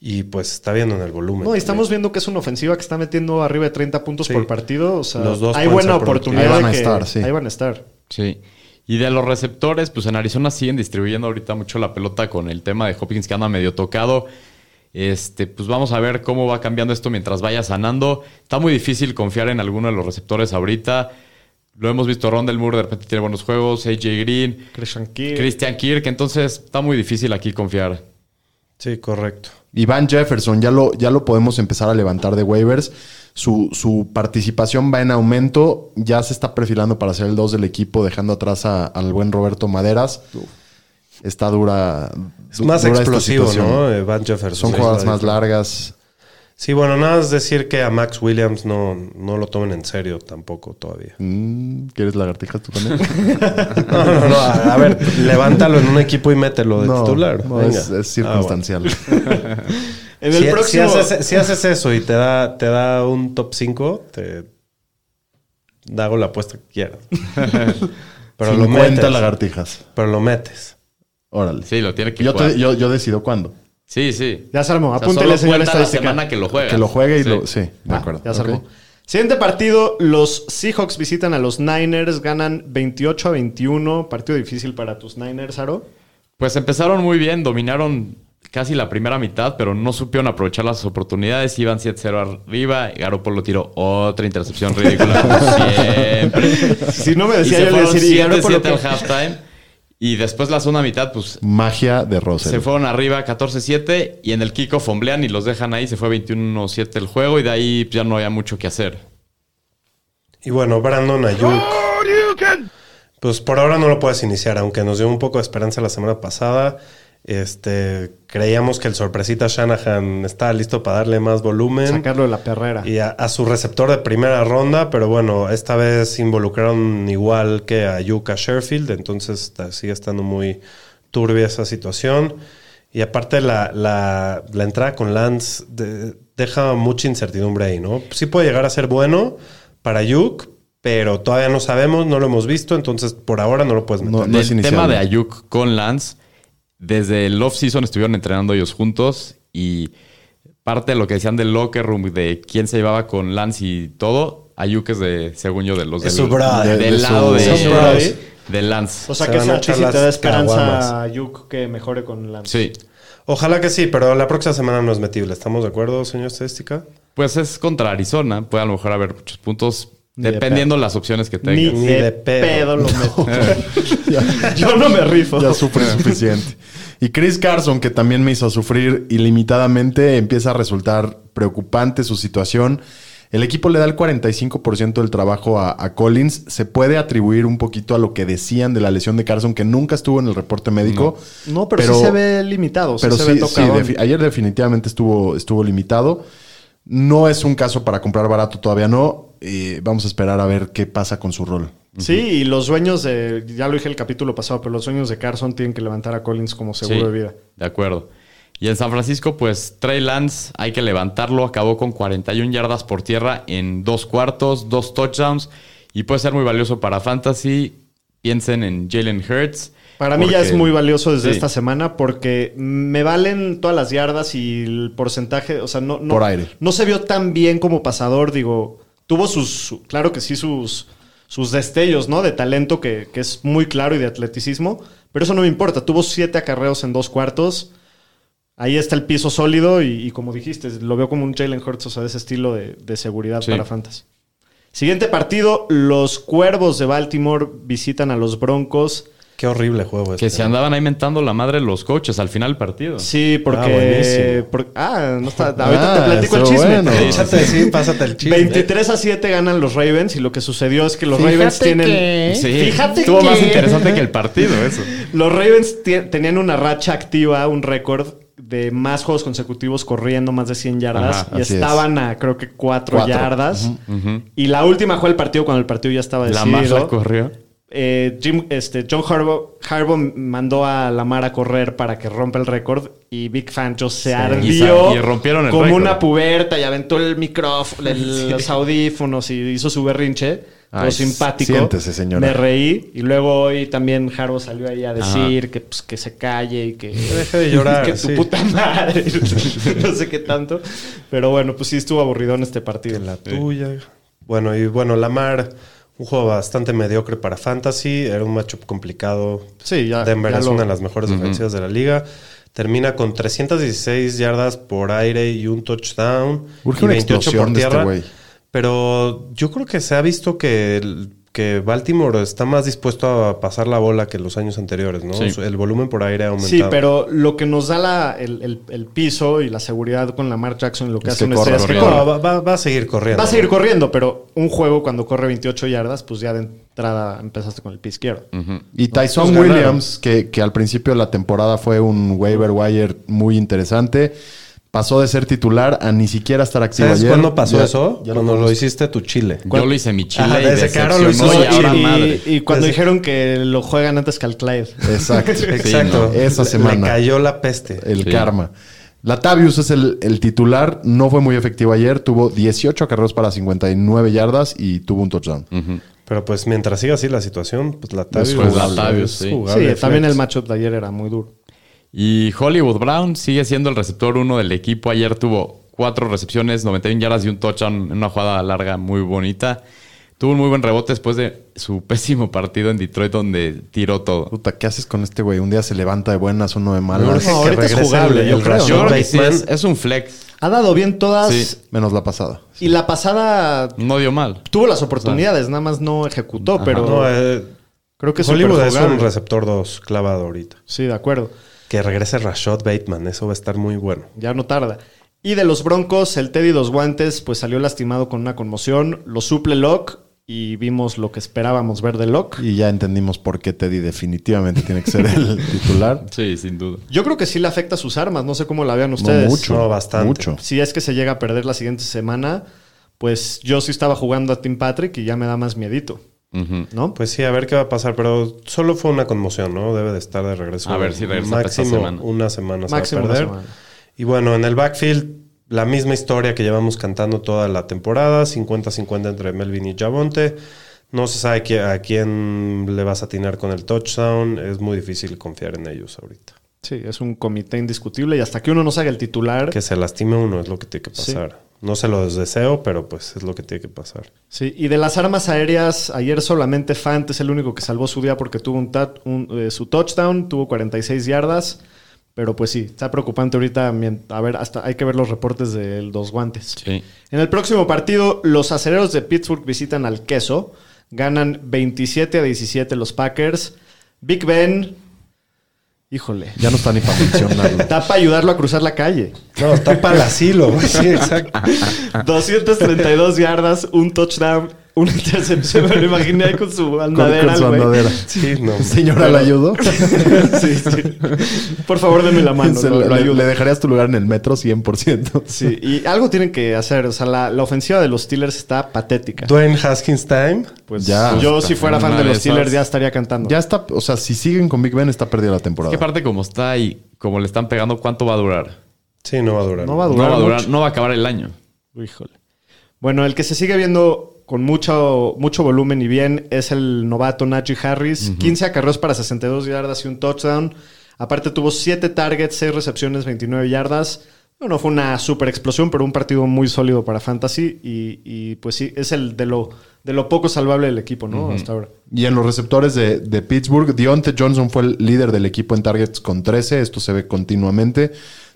Speaker 2: Y pues está viendo en el
Speaker 1: No,
Speaker 2: volumen.
Speaker 1: y
Speaker 2: también.
Speaker 1: estamos viendo que es una ofensiva que está metiendo arriba de 30 puntos
Speaker 2: Sí.
Speaker 1: por partido. O sea,
Speaker 2: Los dos
Speaker 1: hay
Speaker 2: pueden
Speaker 1: buena
Speaker 2: ser productivos.
Speaker 1: oportunidad.
Speaker 3: Ahí van
Speaker 1: de
Speaker 3: a
Speaker 1: que-
Speaker 3: estar, sí.
Speaker 1: Ahí van a estar.
Speaker 4: Sí. Y de los receptores, pues en Arizona siguen distribuyendo ahorita mucho la pelota con el tema de Hopkins que anda medio tocado. Este, pues vamos a ver cómo va cambiando esto mientras vaya sanando. Está muy difícil confiar en alguno de los receptores ahorita. Lo hemos visto, Rondell Moore de repente tiene buenos juegos, AJ Green,
Speaker 1: Christian Kirk.
Speaker 4: Christian Kirk, entonces está muy difícil aquí confiar.
Speaker 2: Sí, correcto.
Speaker 3: Iván Jefferson, ya lo, ya lo podemos empezar a levantar de waivers. Su, su participación va en aumento. Ya se está perfilando para ser el 2 del equipo, dejando atrás a- al buen Roberto Maderas. está dura.
Speaker 2: Es más
Speaker 3: dura esta
Speaker 2: explosivo,
Speaker 3: situación.
Speaker 2: ¿no? Eh, Van Jefferson.
Speaker 3: Son
Speaker 2: Sí,
Speaker 3: jugadas
Speaker 2: la-
Speaker 3: más largas.
Speaker 2: Sí, bueno, nada más decir que a Max Williams no, no lo tomen en serio tampoco todavía.
Speaker 3: Mm, ¿Quieres lagartijas tú también?
Speaker 2: No, no, no. A, a ver, levántalo en un equipo y mételo de titular.
Speaker 3: no,
Speaker 2: Venga.
Speaker 3: es, es
Speaker 2: Ah, bueno.
Speaker 3: circunstancial.
Speaker 1: En el
Speaker 2: si,
Speaker 1: próximo.
Speaker 2: si haces, si haces eso y te da, te da un top 5, te te hago la apuesta que quieras. Pero lo
Speaker 3: 50
Speaker 2: metes.
Speaker 3: lagartijas.
Speaker 2: Pero lo metes.
Speaker 3: Órale.
Speaker 4: Sí, lo tiene que
Speaker 3: yo,
Speaker 4: jugar.
Speaker 3: te- yo, yo decido cuándo.
Speaker 4: Sí, sí.
Speaker 1: Ya se armó.
Speaker 4: O sea,
Speaker 1: Apúntele,
Speaker 4: solo
Speaker 1: señor
Speaker 4: cuenta la
Speaker 1: estadística.
Speaker 4: semana que lo juega.
Speaker 3: Que lo juegue y lo. Sí, de
Speaker 1: Va,
Speaker 3: acuerdo.
Speaker 1: Ya se
Speaker 3: Ok.
Speaker 1: armó. Siguiente partido, los Seahawks visitan a los Niners, ganan 28 a 21. Partido difícil para tus Niners, Aro.
Speaker 4: Pues empezaron muy bien, dominaron casi la primera mitad, pero no supieron aprovechar las oportunidades. Iban 7-0 arriba. y Garoppolo tiró otra intercepción ridícula, como siempre.
Speaker 1: Si no me
Speaker 4: Y
Speaker 1: decía, yo
Speaker 4: se
Speaker 1: le
Speaker 4: fueron
Speaker 1: decía, y Garoppolo
Speaker 4: 7-7
Speaker 1: que-
Speaker 4: al halftime. Y después la segunda mitad, pues
Speaker 3: Magia de Russell.
Speaker 4: se fueron arriba 14-7. Y en el kickoff fomblean y los dejan ahí. Se fue 21-7 el juego. Y de ahí pues, ya no había mucho que hacer.
Speaker 2: Y bueno, Brandon Ayuk. Pues por ahora no lo puedes iniciar, aunque nos dio un poco de esperanza la semana pasada. Este, creíamos que el sorpresita Shanahan está listo para darle más volumen.
Speaker 1: sacarlo de la perrera.
Speaker 2: Y a, a su receptor de primera ronda, pero bueno, esta vez involucraron igual que a Yuka Sherfield, entonces está- sigue estando muy turbia esa situación. Y aparte la, la- la entrada con Lance de- deja mucha incertidumbre ahí, ¿no? Sí puede llegar a ser bueno para Ayuk, pero todavía no sabemos, no lo hemos visto, entonces por ahora no lo puedes meter.
Speaker 3: No, no es
Speaker 4: Del tema
Speaker 3: iniciable.
Speaker 4: de Ayuk con Lance, desde el off-season estuvieron entrenando ellos juntos y parte de lo que decían del locker room, de quién se llevaba con Lance y todo, Ayuk es de, según yo, de los
Speaker 2: Es
Speaker 4: del,
Speaker 2: su brother.
Speaker 4: del
Speaker 3: De- de su-
Speaker 4: lado de,
Speaker 2: Son brothers.
Speaker 4: de Lance.
Speaker 1: o sea
Speaker 2: se
Speaker 1: que
Speaker 2: van a
Speaker 1: esa
Speaker 2: echar
Speaker 1: sí te
Speaker 2: las
Speaker 1: da esperanza
Speaker 2: caguamas.
Speaker 1: a Ayuk que mejore con Lance.
Speaker 4: Sí,
Speaker 2: Ojalá que sí, pero la próxima semana no es metible, ¿estamos de acuerdo, señor Estadística?
Speaker 4: pues es contra Arizona, puede a lo mejor haber muchos puntos dependiendo las opciones que
Speaker 1: Ni,
Speaker 4: tengas.
Speaker 2: Ni
Speaker 1: de,
Speaker 2: de
Speaker 1: pedo,
Speaker 2: pedo.
Speaker 1: lo meto. yo no me rifo.
Speaker 3: Ya sufre suficiente. Y Chris Carson, que también me hizo sufrir ilimitadamente, empieza a resultar preocupante su situación. El equipo le da el 45% del trabajo a, a Collins. Se puede atribuir un poquito a lo que decían de la lesión de Carson, que nunca estuvo en el reporte médico.
Speaker 1: No, pero, sí se ve limitado.
Speaker 3: pero
Speaker 1: sí, se
Speaker 3: sí,
Speaker 1: ve
Speaker 3: sí,
Speaker 1: tocadón.
Speaker 3: defi- ayer definitivamente estuvo, estuvo limitado. No es un caso para comprar barato, todavía no. Eh, vamos a esperar a ver qué pasa con su rol.
Speaker 1: Sí, y los dueños de, ya lo dije el capítulo pasado, pero los dueños de Carson tienen que levantar a Collins como seguro
Speaker 4: Sí,
Speaker 1: de vida.
Speaker 4: De acuerdo. Y en San Francisco, pues Trey Lance, hay que levantarlo, acabó con 41 yardas por tierra en dos cuartos, dos touchdowns, y puede ser muy valioso para Fantasy. Piensen en Jalen Hurts.
Speaker 1: Para mí ya
Speaker 4: porque-
Speaker 1: es muy valioso desde
Speaker 4: Sí.
Speaker 1: esta semana porque me valen todas las yardas y el porcentaje, o sea, no, no,
Speaker 3: Por aire.
Speaker 1: no se vio tan bien como pasador, digo, tuvo sus, su- claro que sí, sus, sus destellos, ¿no? De talento que, que es muy claro y de atleticismo, pero eso no me importa, tuvo siete acarreos en dos cuartos, ahí está el piso sólido y, y como dijiste, lo veo como un Jalen Hurts, o sea, de ese estilo de, de seguridad
Speaker 4: Sí.
Speaker 1: para Fantasy. Siguiente partido, los Cuervos de Baltimore visitan a los Broncos.
Speaker 2: Qué horrible juego
Speaker 4: Que
Speaker 2: este.
Speaker 4: se andaban ahí mentando la madre los coaches al final del partido.
Speaker 1: Sí,
Speaker 2: Ah,
Speaker 1: porque.
Speaker 2: buenísimo.
Speaker 1: por- Ah, no está. Ahorita te
Speaker 3: Ah,
Speaker 1: platico el
Speaker 3: estuvo
Speaker 1: chisme.
Speaker 3: bueno.
Speaker 1: Sí.
Speaker 2: Échate, sí, pásate el chiste.
Speaker 1: 23 a 7 ganan los Ravens y lo que sucedió es que los
Speaker 5: Fíjate
Speaker 1: Ravens tienen.
Speaker 5: que-
Speaker 4: Sí,
Speaker 1: Fíjate
Speaker 4: estuvo
Speaker 1: que-
Speaker 4: más interesante que el partido eso.
Speaker 1: Los Ravens ti- tenían una racha activa, un récord de más juegos consecutivos corriendo más de 100 yardas
Speaker 4: Ajá,
Speaker 1: y
Speaker 3: así
Speaker 1: estaban a creo que 4
Speaker 3: Cuatro.
Speaker 1: yardas.
Speaker 4: Ujú.
Speaker 1: Y la última fue el partido cuando el partido ya estaba
Speaker 4: La
Speaker 1: decidido.
Speaker 4: magia corrió.
Speaker 1: Eh, Jim, este, John Harbaugh, Harbaugh mandó a Lamar a correr para que rompa el récord y Big Fancho se ardió
Speaker 4: Y sa- y rompieron el
Speaker 1: como
Speaker 4: récord.
Speaker 1: una puberta y aventó el micrófono, el- los audífonos y hizo su berrinche. Todo
Speaker 4: Ay,
Speaker 1: simpático.
Speaker 3: siéntese, señora.
Speaker 1: Me reí y luego hoy también Harbaugh salió ahí a decir que, pues, que se calle y que...
Speaker 2: deje de llorar,
Speaker 1: que tu
Speaker 2: sí.
Speaker 1: puta madre. no sé qué tanto. Pero bueno, pues sí estuvo aburridón este partido.
Speaker 2: tuya. Bueno, y bueno, Lamar, un juego bastante mediocre para Fantasy. Era un matchup complicado.
Speaker 1: Sí, ya-
Speaker 2: Denver
Speaker 1: Ah, ya
Speaker 2: es
Speaker 1: lo-
Speaker 2: una de las mejores defensivas de la liga. Termina con 316 yardas por aire y un touchdown.
Speaker 3: Urge
Speaker 2: y
Speaker 3: una explosión de este güey.
Speaker 2: pero yo creo que se ha visto que el- que Baltimore está más dispuesto a pasar la bola que los años anteriores, ¿no?
Speaker 4: Sí.
Speaker 2: El volumen por aire ha aumentado.
Speaker 1: Sí, pero lo que nos da la- el, el- el piso y la seguridad con Lamar Jackson y lo que
Speaker 3: Es
Speaker 1: hace
Speaker 3: que
Speaker 1: una
Speaker 3: corre,
Speaker 1: estrella es que
Speaker 4: corre.
Speaker 1: corre.
Speaker 2: No, va, va- va a seguir corriendo.
Speaker 1: Va a seguir corriendo, pero un juego cuando corre 28 yardas, pues ya de entrada empezaste con el pie izquierdo.
Speaker 3: Y Tyson
Speaker 2: Pues ganaron.
Speaker 3: Williams, que, que al principio de la temporada fue un waiver wire muy interesante, pasó de ser titular a ni siquiera estar activo
Speaker 2: ¿Sabes
Speaker 3: ayer.
Speaker 2: cuándo pasó
Speaker 3: Ya-
Speaker 2: eso?
Speaker 3: ya lo
Speaker 2: cuando lo
Speaker 3: conozco.
Speaker 2: hiciste tu chile.
Speaker 4: Yo lo hice mi chile
Speaker 2: Ajá,
Speaker 4: y
Speaker 2: desde que Aaron lo hizo
Speaker 4: decepcionó
Speaker 2: su
Speaker 4: y ahora
Speaker 2: chile.
Speaker 4: madre.
Speaker 1: Y, y cuando
Speaker 2: Desde-
Speaker 1: dijeron que lo juegan antes que al Clyde.
Speaker 3: Exacto.
Speaker 2: Exacto.
Speaker 4: no.
Speaker 3: Esa
Speaker 2: Le-
Speaker 3: semana.
Speaker 2: Le cayó la peste.
Speaker 3: El
Speaker 4: Sí.
Speaker 3: karma. Latavius es el, el titular, no fue muy efectivo ayer, tuvo 18 acarreos para 59 yardas y tuvo un touchdown.
Speaker 2: Pero pues mientras siga así la situación, pues la
Speaker 3: Es
Speaker 2: Tavius.
Speaker 3: jugable.
Speaker 4: Latavius, sí.
Speaker 1: Sí, también el matchup de ayer era muy duro.
Speaker 4: Y Hollywood Brown sigue siendo el receptor uno del equipo. Ayer tuvo cuatro recepciones, 91 yardas y un touchdown en una jugada larga muy bonita. Tuvo un muy buen rebote después de su pésimo partido en Detroit donde tiró todo.
Speaker 3: Puta, ¿qué haces con este güey? Un día se levanta de buenas, uno de malas.
Speaker 1: No, ahorita es jugable, yo creo.
Speaker 4: Yo creo que sí, es, es un flex.
Speaker 1: Ha dado bien todas
Speaker 4: Sí.
Speaker 3: Menos la pasada.
Speaker 1: y la pasada
Speaker 4: No dio mal.
Speaker 1: tuvo las oportunidades, nada más no ejecutó, pero
Speaker 2: No, eh,
Speaker 1: creo que es
Speaker 2: Hollywood es
Speaker 1: superjugable.
Speaker 2: un receptor 2 clavado ahorita.
Speaker 1: Sí, de acuerdo.
Speaker 2: Que regrese Rashad Bateman, eso va a estar muy bueno.
Speaker 1: Ya no tarda. Y de los Broncos, el Teddy Dos Guantes, pues salió lastimado con una conmoción. Lo suple Locke y vimos lo que esperábamos ver de Locke.
Speaker 3: Y ya entendimos por qué Teddy definitivamente tiene que ser el titular.
Speaker 4: Sí, sin duda.
Speaker 1: Yo creo que sí le afecta a sus armas. No sé cómo la vean ustedes.
Speaker 3: No mucho.
Speaker 2: No, bastante.
Speaker 3: Mucho.
Speaker 1: Si es que se llega a perder la siguiente semana, pues yo sí estaba jugando a Tim Patrick y ya me da más miedito,
Speaker 4: Ujú.
Speaker 1: ¿no?
Speaker 2: Pues sí, a ver qué va a pasar, pero solo fue una conmoción, ¿no? Debe de estar de regreso.
Speaker 4: A ver si regresa para esta
Speaker 2: Máximo
Speaker 4: semana.
Speaker 2: una semana se va a
Speaker 1: Máximo una
Speaker 2: perder.
Speaker 1: semana.
Speaker 2: Y bueno, en el backfield, la misma historia que llevamos cantando toda la temporada: 50-50 entre Melvin y Javonte. No se sabe qui- a quién le vas a atinar con el touchdown. Es muy difícil confiar en ellos ahorita.
Speaker 1: Sí, es un comité indiscutible y hasta que uno no salga el titular.
Speaker 2: Que se lastime uno es lo que tiene que
Speaker 1: Sí.
Speaker 2: pasar. No se lo deseo, pero pues es lo que tiene que pasar.
Speaker 1: Sí, y de las armas aéreas, ayer solamente Fant es el único que salvó su día porque tuvo un tat- un, eh, su touchdown, tuvo 46 yardas. Pero pues sí, está preocupante ahorita. mien- A ver, hasta hay que ver los reportes de los guantes.
Speaker 4: Sí.
Speaker 1: En el próximo partido, los acereros de Pittsburgh visitan al queso. Ganan 27 a 17 los Packers. Big Ben, híjole,
Speaker 3: Ya no está ni para mencionarlo.
Speaker 1: está para ayudarlo a cruzar la calle.
Speaker 2: No, está para el asilo, güey. Sí, exacto.
Speaker 1: 232 yardas, un touchdown, una intercepción. Me lo imaginé ahí con su
Speaker 3: con,
Speaker 1: andadera.
Speaker 3: con su
Speaker 1: güey.
Speaker 3: andadera.
Speaker 2: Sí, no.
Speaker 3: Señora, ¿la ayudo?
Speaker 1: Sí, sí. Por favor, denme la mano.
Speaker 3: Se
Speaker 1: lo-
Speaker 3: la-
Speaker 1: lo
Speaker 3: le,
Speaker 1: ayudo.
Speaker 3: le dejarías tu lugar en el metro 100%.
Speaker 1: Sí, y algo tienen que hacer. O sea, la, la ofensiva de los Steelers está patética.
Speaker 2: Dwayne Haskins time.
Speaker 1: Pues
Speaker 3: Ya.
Speaker 1: yo, si fuera fan
Speaker 4: Una
Speaker 1: de
Speaker 4: de
Speaker 1: los
Speaker 4: esas.
Speaker 1: Steelers, ya estaría cantando.
Speaker 3: Ya está, o sea, si siguen con Big Ben está perdida la temporada.
Speaker 4: ¿Qué parte como está y como le están pegando, cuánto va a durar?
Speaker 2: Sí, no va a durar.
Speaker 1: No va a
Speaker 4: No
Speaker 1: durar.
Speaker 4: va a durar,
Speaker 1: mucho.
Speaker 4: no va a acabar el año.
Speaker 1: Híjole. Bueno, el que se sigue viendo con mucho, mucho volumen y bien es el novato Najee Harris. 15 acarreos para 62 yardas y un touchdown. Aparte tuvo 7 targets, 6 recepciones, 29 yardas. No, no fue una super explosión, pero un partido muy sólido para Fantasy. Y, y, pues sí, es el de lo, de lo poco salvable del equipo, ¿no? Hasta ahora.
Speaker 3: Y en los receptores de, de Pittsburgh, Deontay Johnson fue el líder del equipo en targets con 13. Esto se ve continuamente.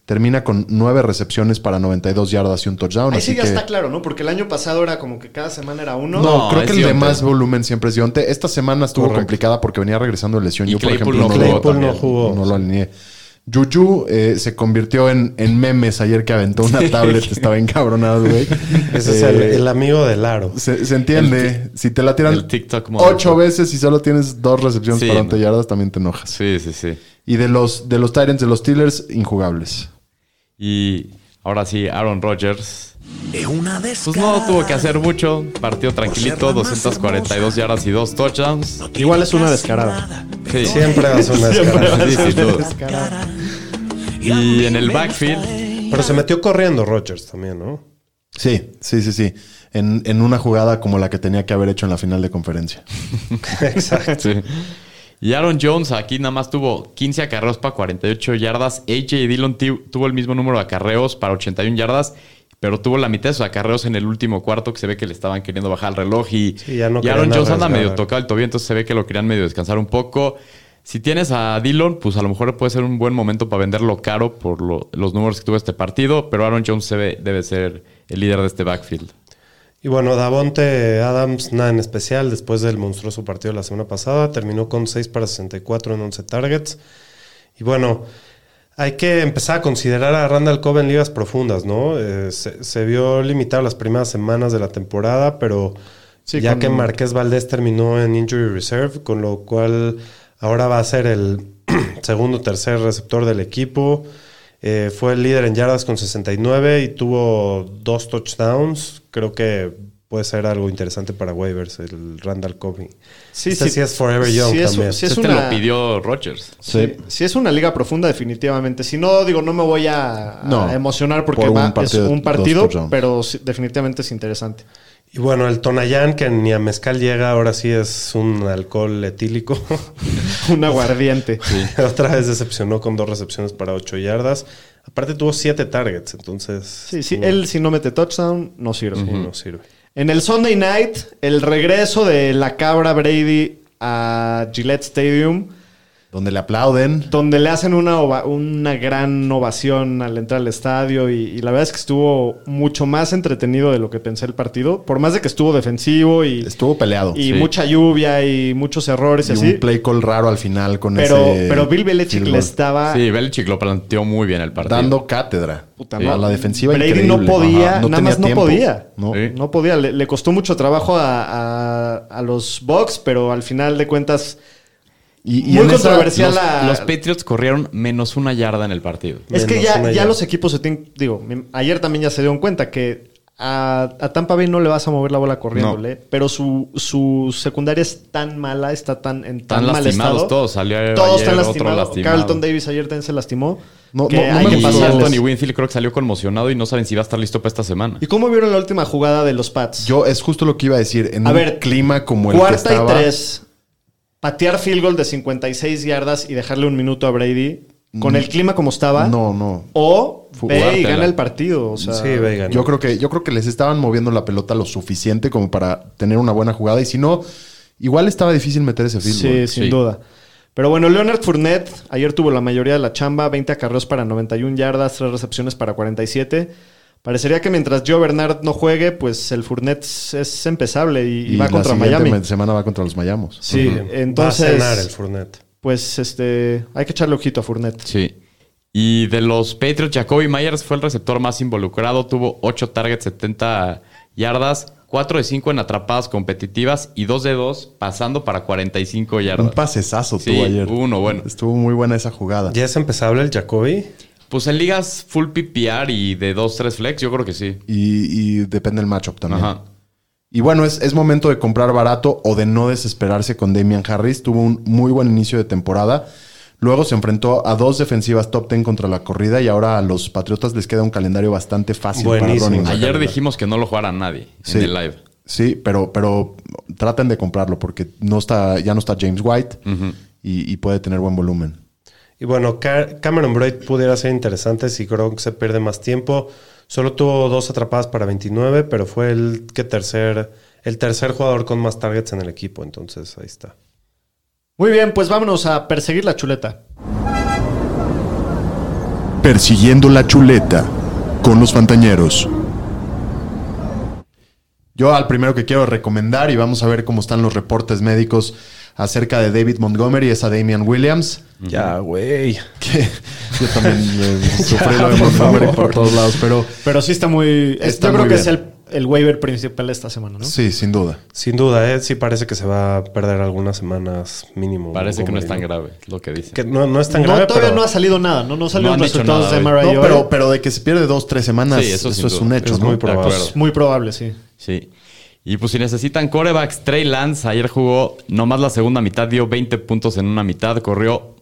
Speaker 3: Termina con 9 recepciones para 92 yardas y un touchdown.
Speaker 1: Ahí
Speaker 3: así
Speaker 1: sí ya
Speaker 3: que-
Speaker 1: está claro, ¿no? Porque el año pasado era como que cada semana era uno.
Speaker 3: No,
Speaker 4: No,
Speaker 3: creo
Speaker 4: es
Speaker 3: que el de
Speaker 4: Deontay.
Speaker 3: más volumen siempre es Deontay. Esta semana estuvo
Speaker 2: Correcto.
Speaker 3: complicada porque venía regresando de lesión.
Speaker 4: Y
Speaker 3: Yo, por
Speaker 4: Claypool
Speaker 3: ejemplo,
Speaker 4: no
Speaker 3: lo-
Speaker 4: jugó
Speaker 3: también,
Speaker 2: no jugó.
Speaker 3: No lo alineé. Juju eh, se convirtió en, en memes ayer que aventó una tablet. Estaba encabronado, güey.
Speaker 2: Ese es
Speaker 3: Eh,
Speaker 2: el, el amigo del aro.
Speaker 3: Se, se entiende. Si te la tiran
Speaker 4: el TikTok model.
Speaker 3: ocho veces y solo tienes dos recepciones
Speaker 4: Sí,
Speaker 3: para 20
Speaker 4: no.
Speaker 3: yardas, también te enojas.
Speaker 4: Sí, sí, sí.
Speaker 3: Y de los, de los Tyrants de los Steelers, injugables.
Speaker 4: Y ahora sí, Aaron Rodgers.
Speaker 10: Es una de esas.
Speaker 4: Pues no tuvo que hacer mucho. Partido tranquilito, 242 yardas y dos touchdowns.
Speaker 1: Igual es una descarada.
Speaker 4: Sí.
Speaker 2: Siempre hace una escala.
Speaker 4: Sí, sin duda. Y en el backfield,
Speaker 2: Pero se metió corriendo Rogers también, ¿no?
Speaker 3: Sí, sí, sí, sí. En, en una jugada como la que tenía que haber hecho en la final de conferencia.
Speaker 4: sí. Y Aaron Jones aquí nada más tuvo 15 acarreos para 48 yardas. AJ Dillon ti- tuvo el mismo número de acarreos para 81 yardas, pero tuvo la mitad de sus acarreos en el último cuarto que se ve que le estaban queriendo bajar el reloj. Y,
Speaker 2: Sí, ya no
Speaker 4: y Aaron
Speaker 2: querían
Speaker 4: Jones anda
Speaker 2: arriesgar.
Speaker 4: medio tocado el tobillo, entonces se ve que lo querían medio descansar un poco. Si tienes a Dillon, pues a lo mejor puede ser un buen momento para venderlo caro por lo- los números que tuvo este partido, pero Aaron Jones se ve- debe ser el líder de este backfield.
Speaker 2: Y bueno, Davonte Adams, nada en especial, después del monstruoso partido de la semana pasada, terminó con 6 para 64 en 11 targets. Y bueno, hay que empezar a considerar a Randall Cobb en ligas profundas, ¿no? Eh, se, se vio limitado las primeras semanas de la temporada, pero
Speaker 1: Sí,
Speaker 2: ya
Speaker 1: con-
Speaker 2: que Marqués Valdés terminó en Injury Reserve, con lo cual ahora va a ser el segundo tercer receptor del equipo. Eh, fue el líder en yardas con 69 y tuvo dos touchdowns. Creo que puede ser algo interesante para waivers el Randall Cobb.
Speaker 1: Sí,
Speaker 2: Este sí es Forever Young
Speaker 1: sí es-
Speaker 2: también.
Speaker 1: sí es
Speaker 4: Este
Speaker 1: una-
Speaker 4: lo pidió Rogers.
Speaker 1: Sí. Si es una liga profunda, definitivamente. Si no, digo, no me voy a, a
Speaker 3: No,
Speaker 1: emocionar porque
Speaker 3: por un
Speaker 1: va-
Speaker 3: partido,
Speaker 1: es
Speaker 3: dos
Speaker 1: un partido,
Speaker 3: touchdowns.
Speaker 1: pero sí- definitivamente es interesante.
Speaker 2: Y bueno, el Tonayán, que ni a mezcal llega, ahora sí es un alcohol etílico.
Speaker 1: Un aguardiente.
Speaker 2: Otra vez decepcionó con dos recepciones para 8 yardas. Aparte tuvo 7 targets, entonces...
Speaker 1: Sí, sí,
Speaker 2: estuvo-
Speaker 1: él si no mete touchdown, no sirve.
Speaker 2: sí, no sirve.
Speaker 1: En el Sunday night, el regreso de la cabra Brady a Gillette Stadium,
Speaker 3: Donde le aplauden.
Speaker 1: donde le hacen una, ova- una gran ovación al entrar al estadio y, y la verdad es que estuvo mucho más entretenido de lo que pensé el partido, por más de que estuvo defensivo y,
Speaker 3: Estuvo peleado.
Speaker 1: y
Speaker 4: Sí.
Speaker 1: mucha lluvia y muchos errores y,
Speaker 3: Y
Speaker 1: así.
Speaker 3: un play call raro al final con
Speaker 1: Pero,
Speaker 3: ese...
Speaker 1: pero Bill Belichick
Speaker 3: field
Speaker 1: le
Speaker 3: goal.
Speaker 1: estaba
Speaker 4: Sí, Belichick lo planteó muy bien el partido.
Speaker 3: Dando cátedra.
Speaker 1: Puta
Speaker 3: A
Speaker 1: madre.
Speaker 3: la defensiva
Speaker 1: Brady
Speaker 3: increíble.
Speaker 1: no podía,
Speaker 3: Ajá,
Speaker 1: nada
Speaker 3: tenía
Speaker 1: más no
Speaker 3: tiempo.
Speaker 1: podía.
Speaker 3: No.
Speaker 4: Sí.
Speaker 1: No podía, le, le costó mucho trabajo a, a- a los Bucks, pero al final de cuentas
Speaker 3: Y, y
Speaker 1: muy
Speaker 3: en esa-
Speaker 1: controversial
Speaker 4: Los,
Speaker 1: la-
Speaker 4: los Patriots corrieron menos una yarda en el partido.
Speaker 1: es que
Speaker 2: Menos una
Speaker 1: ya, ya
Speaker 2: yarda.
Speaker 1: los equipos se tienen, digo, mi- ayer también ya se dieron cuenta que a, a Tampa Bay no le vas a mover la bola corriéndole, pero su, su secundaria es tan mala, está tan en tan
Speaker 4: Están
Speaker 1: mal
Speaker 4: lastimados
Speaker 1: estado.
Speaker 4: todos. Salió
Speaker 1: Todos
Speaker 4: ayer
Speaker 1: están
Speaker 4: otro
Speaker 1: lastimados.
Speaker 4: lastimado.
Speaker 1: Carlton Davis ayer también se lastimó.
Speaker 3: No,
Speaker 1: que
Speaker 3: no- no
Speaker 1: hay
Speaker 3: me
Speaker 1: que
Speaker 3: gustó.
Speaker 1: pasarles.
Speaker 4: Anthony Winfield creo que salió conmocionado y no saben si va a estar listo para esta semana.
Speaker 1: ¿Y cómo vieron la última jugada de los Pats?
Speaker 3: Yo es justo lo que iba a decir. En
Speaker 1: A
Speaker 3: un
Speaker 1: ver,
Speaker 3: clima como el que
Speaker 1: Cuarta
Speaker 3: estaba...
Speaker 1: y tres. Patear field goal de 56 yardas y dejarle un minuto a Brady con el clima como estaba.
Speaker 3: No, no.
Speaker 1: O ve y
Speaker 4: Jugártela.
Speaker 1: gana el partido. O sea,
Speaker 2: sí, Vegan.
Speaker 3: Yo creo que, yo creo que les estaban moviendo la pelota lo suficiente como para tener una buena jugada. Y si no, igual estaba difícil meter ese field
Speaker 1: Sí,
Speaker 3: goal.
Speaker 1: sin
Speaker 4: Sí.
Speaker 1: duda. Pero bueno, Leonard Fournette ayer tuvo la mayoría de la chamba, 20 acarreos para 91 yardas, 3 recepciones para 47. Parecería que mientras Joe Bernard no juegue, pues el Fournette es- es empezable y, y va
Speaker 3: la
Speaker 1: contra
Speaker 3: siguiente
Speaker 1: Miami.
Speaker 3: me- semana va contra los Mayamos.
Speaker 1: Sí, entonces
Speaker 2: Va a cenar el Fournette.
Speaker 1: pues este hay que echarle ojito a Fournette.
Speaker 4: Sí. Y de los Patriots, Jacoby Myers fue el receptor más involucrado. Tuvo 8 targets, 70 yardas, 4 de 5 en atrapadas competitivas y 2 de 2 pasando para 45 yardas.
Speaker 3: Un pasesazo
Speaker 4: Sí,
Speaker 3: tuvo ayer.
Speaker 4: hubo uno bueno.
Speaker 3: Estuvo muy buena esa jugada.
Speaker 2: ¿Ya es empezable el Jacoby?
Speaker 4: Pues en ligas full PPR y de 2-3 flex, yo creo que sí.
Speaker 3: Y, y depende del matchup también.
Speaker 4: Ajá.
Speaker 3: Y bueno, es, es momento de comprar barato o de no desesperarse con Damian Harris. Tuvo un muy buen inicio de temporada. Luego se enfrentó a dos defensivas top 10 contra la corrida y ahora a los Patriotas les queda un calendario bastante fácil
Speaker 2: Buenísimo.
Speaker 3: para running backs.
Speaker 4: Ayer dijimos que no lo jugara nadie
Speaker 3: Sí.
Speaker 4: en el live.
Speaker 3: Sí, pero, pero traten de comprarlo porque no está, ya no está James White y, y puede tener buen volumen.
Speaker 2: Y bueno, Ca- Cameron Braid pudiera ser interesante si Gronk se pierde más tiempo. Solo tuvo dos atrapadas para 29, pero fue el que tercer, el tercer jugador con más targets en el equipo. Entonces ahí está.
Speaker 1: Muy bien, pues vámonos a perseguir la chuleta.
Speaker 3: Persiguiendo la chuleta con los pantañeros. Yo al primero que quiero recomendar, y vamos a ver cómo están los reportes médicos acerca de David Montgomery, es a Damian Williams.
Speaker 2: Ya, güey.
Speaker 3: Que yo también eh, sufrí lo de Montgomery por todos lados, pero
Speaker 1: Pero sí está muy. es-
Speaker 3: Está
Speaker 1: yo creo
Speaker 3: muy
Speaker 1: que
Speaker 3: bien.
Speaker 1: es el, el waiver principal esta semana, ¿no?
Speaker 3: sí, sin duda.
Speaker 2: Sin duda, ¿eh? sí parece que se va a perder algunas semanas mínimo.
Speaker 4: Parece que no es tan
Speaker 2: Montgomery,
Speaker 4: grave, es lo que dicen.
Speaker 2: Que no, no es tan
Speaker 1: No,
Speaker 2: grave,
Speaker 1: todavía
Speaker 2: pero
Speaker 1: no ha salido nada, ¿no? No salieron
Speaker 4: No han dicho
Speaker 1: resultados
Speaker 4: nada,
Speaker 1: de
Speaker 4: güey.
Speaker 1: MRI.
Speaker 3: No, pero, pero de que se pierde dos, tres semanas,
Speaker 4: Sí, eso
Speaker 3: eso,
Speaker 4: sin
Speaker 3: es
Speaker 4: duda.
Speaker 3: un hecho.
Speaker 2: es
Speaker 3: ¿no?
Speaker 2: muy
Speaker 4: De
Speaker 2: probable.
Speaker 4: acuerdo.
Speaker 1: Muy probable, sí.
Speaker 4: Sí. Y pues si necesitan corebacks, Trey Lance ayer jugó nomás la segunda mitad, dio 20 puntos en una mitad, corrió